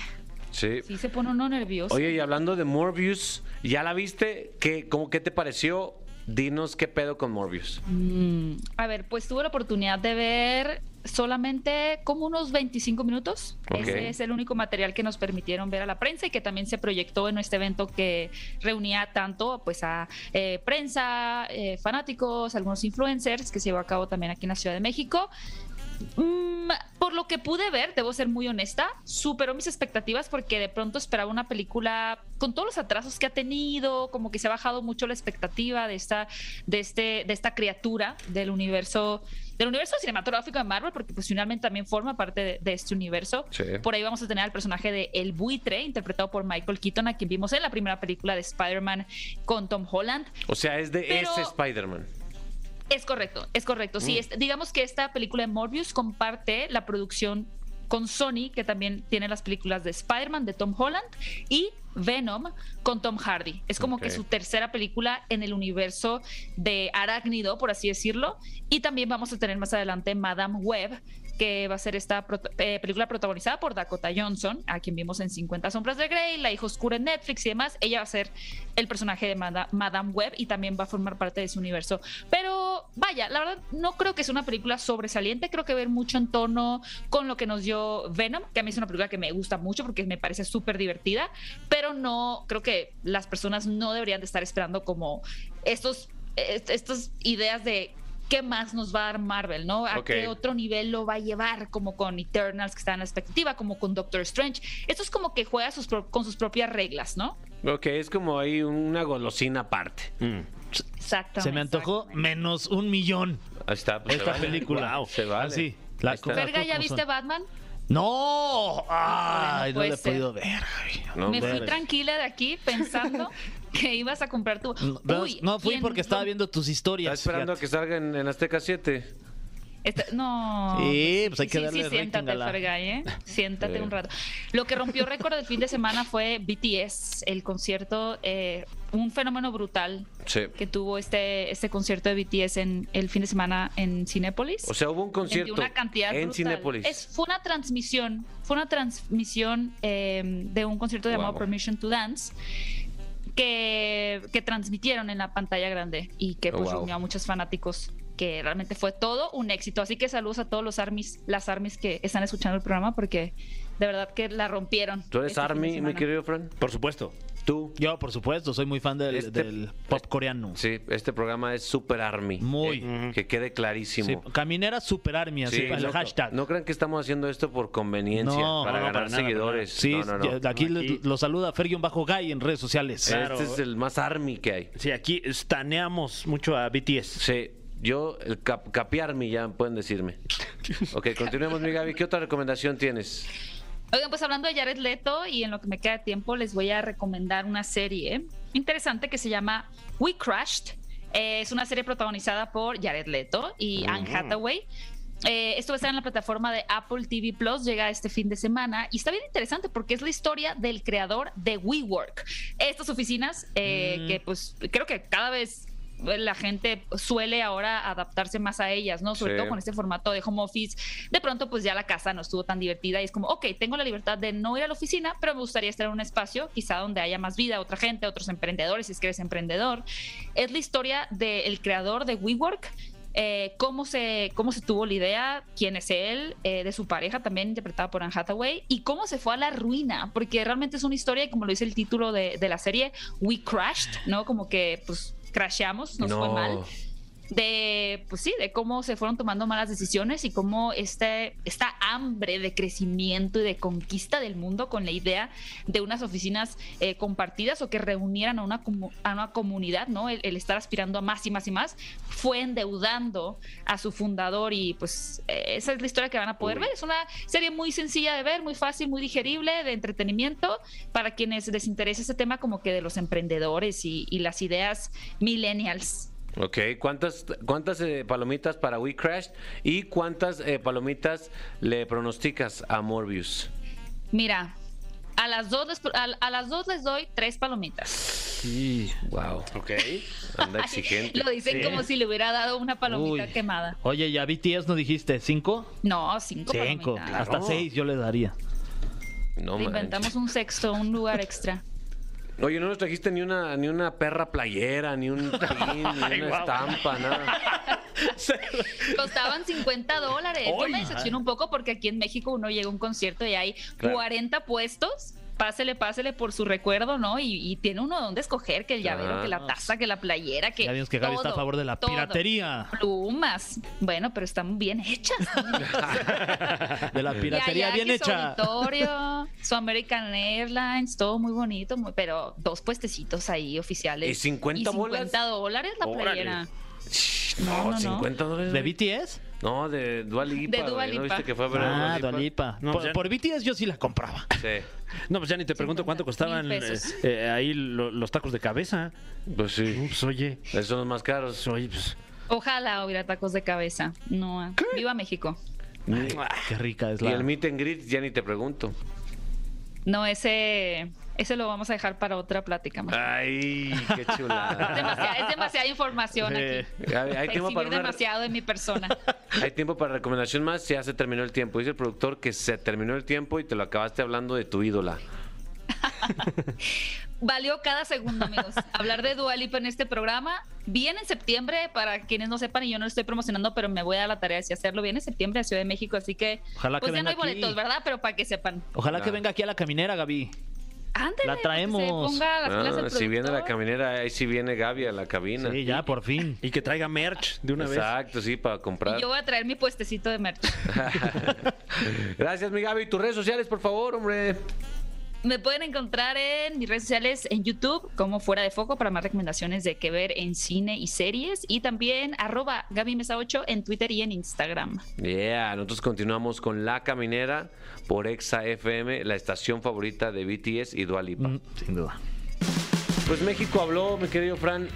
B: Sí.
I: sí se pone uno nervioso.
B: eh. Oye, y hablando de Morbius, ¿ya la viste? ¿Qué, cómo, ¿Qué te pareció? Dinos qué pedo con Morbius.
I: Mm, a ver, pues tuve la oportunidad de ver solamente como unos 25 minutos.
B: Ok.
I: Ese es el único material que nos permitieron ver a la prensa y que también se proyectó en este evento que reunía tanto pues a eh, prensa, eh, fanáticos, algunos influencers que se llevó a cabo también aquí en la Ciudad de México. Mm, ma- por lo que pude ver, debo ser muy honesta, superó mis expectativas porque de pronto esperaba una película con todos los atrasos que ha tenido, como que se ha bajado mucho la expectativa de esta, de este, de esta criatura del universo, del universo cinematográfico de Marvel, porque pues finalmente también forma parte de, de este universo.
J: Sí.
I: Por ahí vamos a tener al personaje de El Buitre, interpretado por Michael Keaton, a quien vimos en la primera película de Spider-Man con Tom Holland.
B: O sea, es de
I: Pero-
B: ese Spider-Man.
I: Es correcto, es correcto. Sí, es- digamos que esta película de Morbius comparte la producción con Sony, que también tiene las películas de Spider-Man, de Tom Holland, y Venom con Tom Hardy. Es como
B: Ok.
I: que su tercera película en el universo de Arácnido, por así decirlo. Y también vamos a tener más adelante Madame Web, que va a ser esta prota- eh, película protagonizada por Dakota Johnson, a quien vimos en 50 Sombras de Grey, La Hija Oscura en Netflix y demás. Ella va a ser el personaje de Mada- Madame Web y también va a formar parte de su universo. Pero vaya, la verdad no creo que sea una película sobresaliente, creo que ver mucho en tono con lo que nos dio Venom, que a mí es una película que me gusta mucho porque me parece súper divertida, pero no creo que las personas no deberían de estar esperando como estos est- estas ideas de qué más nos va a dar Marvel, ¿no? ¿A
B: Ok.
I: qué otro nivel lo va a llevar? Como con Eternals que está en la expectativa, como con Doctor Strange. Esto es como que juega sus pro- con sus propias reglas, ¿no?
B: Ok, es como ahí una golosina aparte.
I: Exactamente.
D: Se me antojó menos un millón
B: Ahí está. pues, se
D: esta
B: vale.
D: película.
B: Wow, se vale.
D: Así. la-
B: Ahí está.
D: las
I: Verga,
D: cosas
I: ¿ya
D: como son.
I: viste Batman?
D: ¡No! ¡Ay! No
I: puede
D: la he
I: ser.
D: podido ver. ay.
B: No,
I: me fui
D: verga.
I: tranquila de aquí pensando que ibas a comprar tu.
D: No,
I: Uy,
D: no fui
I: ¿quién
D: porque estaba
I: rom-
D: viendo tus
B: Está
D: historias.
B: esperando a
D: fíjate.
B: que salga en, en Azteca 7.
I: Está- Este, No.
D: Sí, pues hay que
I: sí,
D: darle
I: sí,
D: rating
I: siéntate,
D: a la-
I: Fergay, ¿eh? Siéntate
B: Sí.
I: un rato. Lo que rompió récord del fin de semana fue BTS, el concierto, eh, un fenómeno brutal
B: Sí.
I: que tuvo este, este concierto de BTS en el fin de semana en Cinépolis.
B: O sea, hubo un concierto
I: de una cantidad
B: en
I: brutal.
B: Cinépolis.
I: Es, fue una transmisión, fue una transmisión eh, de un concierto llamado
B: Guau.
I: Permission to Dance que, que transmitieron en la pantalla grande y que pues
B: Guau.
I: reunió a muchos fanáticos que realmente fue todo un éxito. Así que saludos a todos los armies, las armies que están escuchando el programa porque de verdad que la rompieron.
B: ¿Tú eres
I: este fin de
B: Army, mi
I: semana.
B: querido Fran?
C: Por supuesto.
B: ¿Tú?
D: Yo, por supuesto, soy muy fan del,
B: Este-
D: del pop coreano.
B: Sí, este programa es Super Army.
D: Muy.
B: Eh, que quede clarísimo.
D: Sí, caminera super army, así,
B: Sí,
D: el
B: no-
D: hashtag.
B: No crean que estamos haciendo esto por conveniencia,
D: No,
B: para
D: no,
B: ganar
D: para nada,
B: seguidores.
D: Sí,
B: no, no, no.
D: ya- aquí,
C: No, aquí-
D: lo- lo saluda Fergion-Guy en redes sociales.
B: Este
C: Claro.
B: es el más army que hay.
C: Sí, aquí staneamos mucho a BTS.
B: Sí, yo, el cap- capiarme ya pueden decirme. Ok, continuemos, mi Gaby. ¿Qué otra recomendación tienes?
I: Oigan, pues hablando de Jared Leto y en lo que me queda de tiempo, les voy a recomendar una serie interesante que se llama We Crashed. Eh, es una serie protagonizada por Jared Leto y Anne Hathaway. Eh, esto va a estar en la plataforma de Apple TV Plus, llega este fin de semana y está bien interesante porque es la historia del creador de WeWork. Estas oficinas eh, que pues creo que cada vez la gente suele ahora adaptarse más a ellas, ¿no? Sobre
B: Sí.
I: todo con este formato de home office. De pronto pues ya la casa no estuvo tan divertida y es como, ok, tengo la libertad de no ir a la oficina, pero me gustaría estar en un espacio quizá donde haya más vida, otra gente, otros emprendedores, si es que eres emprendedor. Es la historia del creador de WeWork eh, cómo, se, cómo se tuvo la idea, quién es él, eh, de su pareja también interpretada por Anne Hathaway, y cómo se fue a la ruina, porque realmente es una historia, y como lo dice el título de, de la serie, We Crashed, ¿no? Como que pues crasheamos, nos fue mal de pues sí de cómo se fueron tomando malas decisiones y cómo este esta hambre de crecimiento y de conquista del mundo con la idea de unas oficinas eh, compartidas o que reunieran a una comu- a una comunidad no el, el estar aspirando a más y más y más fue endeudando a su fundador y pues eh, esa es la historia que van a poder ver es una serie muy sencilla de ver muy fácil muy digerible de entretenimiento para quienes les interesa ese tema como que de los emprendedores y, y las ideas millennials
B: Ok, ¿cuántas, cuántas eh, palomitas para We Crash y cuántas eh, palomitas le pronosticas a Morbius?
I: Mira, a las dos les, a, a las dos les doy tres palomitas.
B: Wow,
C: Ok.
B: anda exigente.
I: Lo dicen como si le hubiera dado una palomita
D: Uy.
I: quemada.
D: Oye, ya BTS no dijiste, ¿cinco?
I: No, cinco,
D: Cinco,
I: palomitas.
D: hasta seis yo le daría.
B: No
I: Le
B: manches.
I: inventamos un sexto, un lugar extra.
B: Oye, no nos trajiste ni una, ni una perra playera, ni un pin, ni una estampa, nada.
I: Costaban 50 dólares. Yo me decepciono un poco porque aquí en México uno llega a un concierto y hay
B: Claro.
I: 40 puestos pásele, pásele por su recuerdo, ¿no? Y, y tiene uno donde escoger, que el llavero, que la taza, que la playera, que
D: Ya vimos que Gaby está a
I: todo,
D: favor de la
I: todo.
D: piratería.
I: Plumas. Bueno, pero están bien hechas.
D: De la piratería
I: Yayaki,
D: bien
I: su
D: hecha.
I: auditorio, su American Airlines, todo muy bonito, muy- pero dos puestecitos ahí oficiales.
B: ¿Y 50 bolas?
I: dólares la
B: Órale.
I: playera.
B: No,
I: no, no.
B: 50 dólares.
D: ¿De BTS?
B: No, de Dua Lipa.
I: De Dua
B: güey, ¿No
I: Lipa.
B: viste que fue a ver a
D: Ah,
B: Dua Lipa?
D: Dolipa.
C: No,
D: por,
C: ya-
D: por BTS yo sí la compraba.
B: Sí.
C: No, pues ya ni te pregunto cuánto
I: 50
C: costaban
I: mil
C: eh,
I: pesos.
C: eh, ahí lo- los tacos de cabeza.
B: Pues sí.
C: Ups, oye,
B: Esos son los más caros.
C: pues, oye, pues.
I: Ojalá hubiera tacos de cabeza. No, ah, viva México.
D: Ay, qué rica es
B: Y
D: la.
B: el meet and greet ya ni te pregunto.
I: No, ese, ese lo vamos a dejar para otra plática más.
B: Ay, qué
I: Es
B: chulada.
I: demasiada, es demasiada información
D: Eh,
I: aquí.
B: Hay, hay tiempo
I: Exhibir
B: para una,
I: demasiado de mi persona.
B: hay tiempo para recomendación más. Ya se terminó el tiempo. Dice el productor que se terminó el tiempo y te lo acabaste hablando de tu ídola.
I: Valió cada segundo, amigos. Hablar de Dua Lipa en este programa. Viene en septiembre, para quienes no sepan, y yo no lo estoy promocionando, pero me voy a dar la tarea de sí hacerlo. Viene en septiembre a Ciudad de México, así que.
D: Ojalá que
I: pues ya
D: venga
I: no hay boletos,
D: aquí.
I: ¿verdad? Pero para que sepan.
D: Ojalá que
B: Claro.
D: venga aquí a la caminera, Gaby.
I: Antes
D: La traemos.
I: ponga las pilas
B: Ah,
I: el
B: si viene la
I: productor.
B: caminera, ahí sí viene Gaby a la cabina.
D: Sí, ya, por fin.
C: Y que traiga merch de una vez.
B: Exacto, sí, para comprar.
I: Y yo voy a traer mi puestecito de merch.
B: Gracias, mi Gaby. Tus redes sociales, por favor, hombre.
I: Me pueden encontrar en mis redes sociales en YouTube como Fuera de Foco para más recomendaciones de que ver en cine y series y también arroba Gaby Mesa 8 en Twitter y en Instagram.
B: Yeah, nosotros continuamos con La Caminera por Exa FM, la estación favorita de BTS y Dua Lipa.
D: Mm, Sin duda.
B: Pues México habló, mi querido Fran,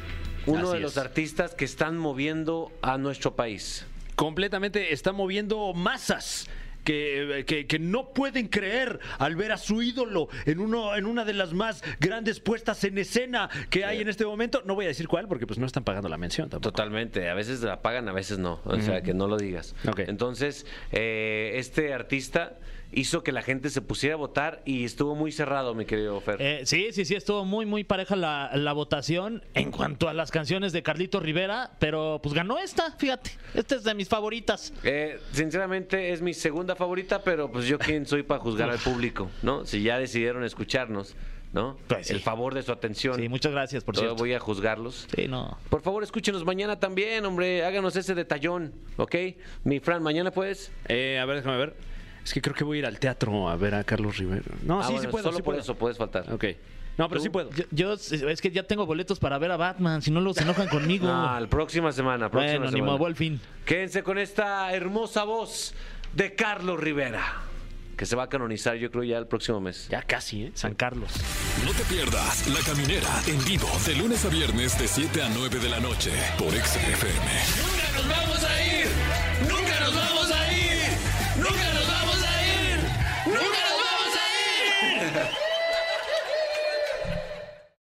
B: uno
D: Así
B: de los
D: es.
B: artistas que están moviendo a nuestro país.
C: Completamente está moviendo masas. Que, eh, que- que no pueden creer al ver a su ídolo en, uno, en una de las más grandes puestas en escena que hay en este momento. No voy a decir cuál porque pues no están pagando la mención tampoco.
B: Totalmente, a veces la pagan, a veces no, o sea, que no lo digas.
C: Ok.
B: Entonces, eh, este artista hizo que la gente se pusiera a votar y estuvo muy cerrado, mi querido Fer.
D: Eh, sí, sí, sí, estuvo muy, muy pareja la, la votación en cuanto a las canciones de Carlito Rivera, pero pues ganó esta, fíjate. Esta es de mis favoritas.
B: Eh, sinceramente es mi segunda favorita, pero pues yo quién soy para juzgar al público, ¿no? Si ya decidieron escucharnos, ¿no?
D: Pues sí.
B: El favor de su atención.
D: Sí, muchas gracias, por
B: Yo
D: cierto.
B: voy a juzgarlos.
D: Sí, no.
B: Por favor, escúchenos mañana también, hombre. Háganos ese detallón, ¿ok? Mi Fran, mañana puedes.
C: Eh, a ver, déjame ver. Es que creo que voy a ir al teatro a ver a Carlos Rivera. No,
B: Ah,
C: sí, sí
B: bueno,
C: puedo.
B: Solo
C: sí
B: por
C: puedo.
B: eso puedes faltar.
C: Ok. No, pero sí puedo.
D: Yo, yo- es que ya tengo boletos para ver a Batman, si no los enojan conmigo.
B: Ah, la próxima semana, próxima
D: bueno, ni
B: semana.
D: modo, al fin.
B: Quédense con esta hermosa voz de Carlos Rivera, que se va a canonizar, yo creo, ya el próximo mes.
C: Ya casi, ¿eh?
D: San Carlos.
A: No te pierdas La Caminera en vivo de lunes a viernes de 7 a 9 de la noche por Exa FM.
E: Nunca nos vamos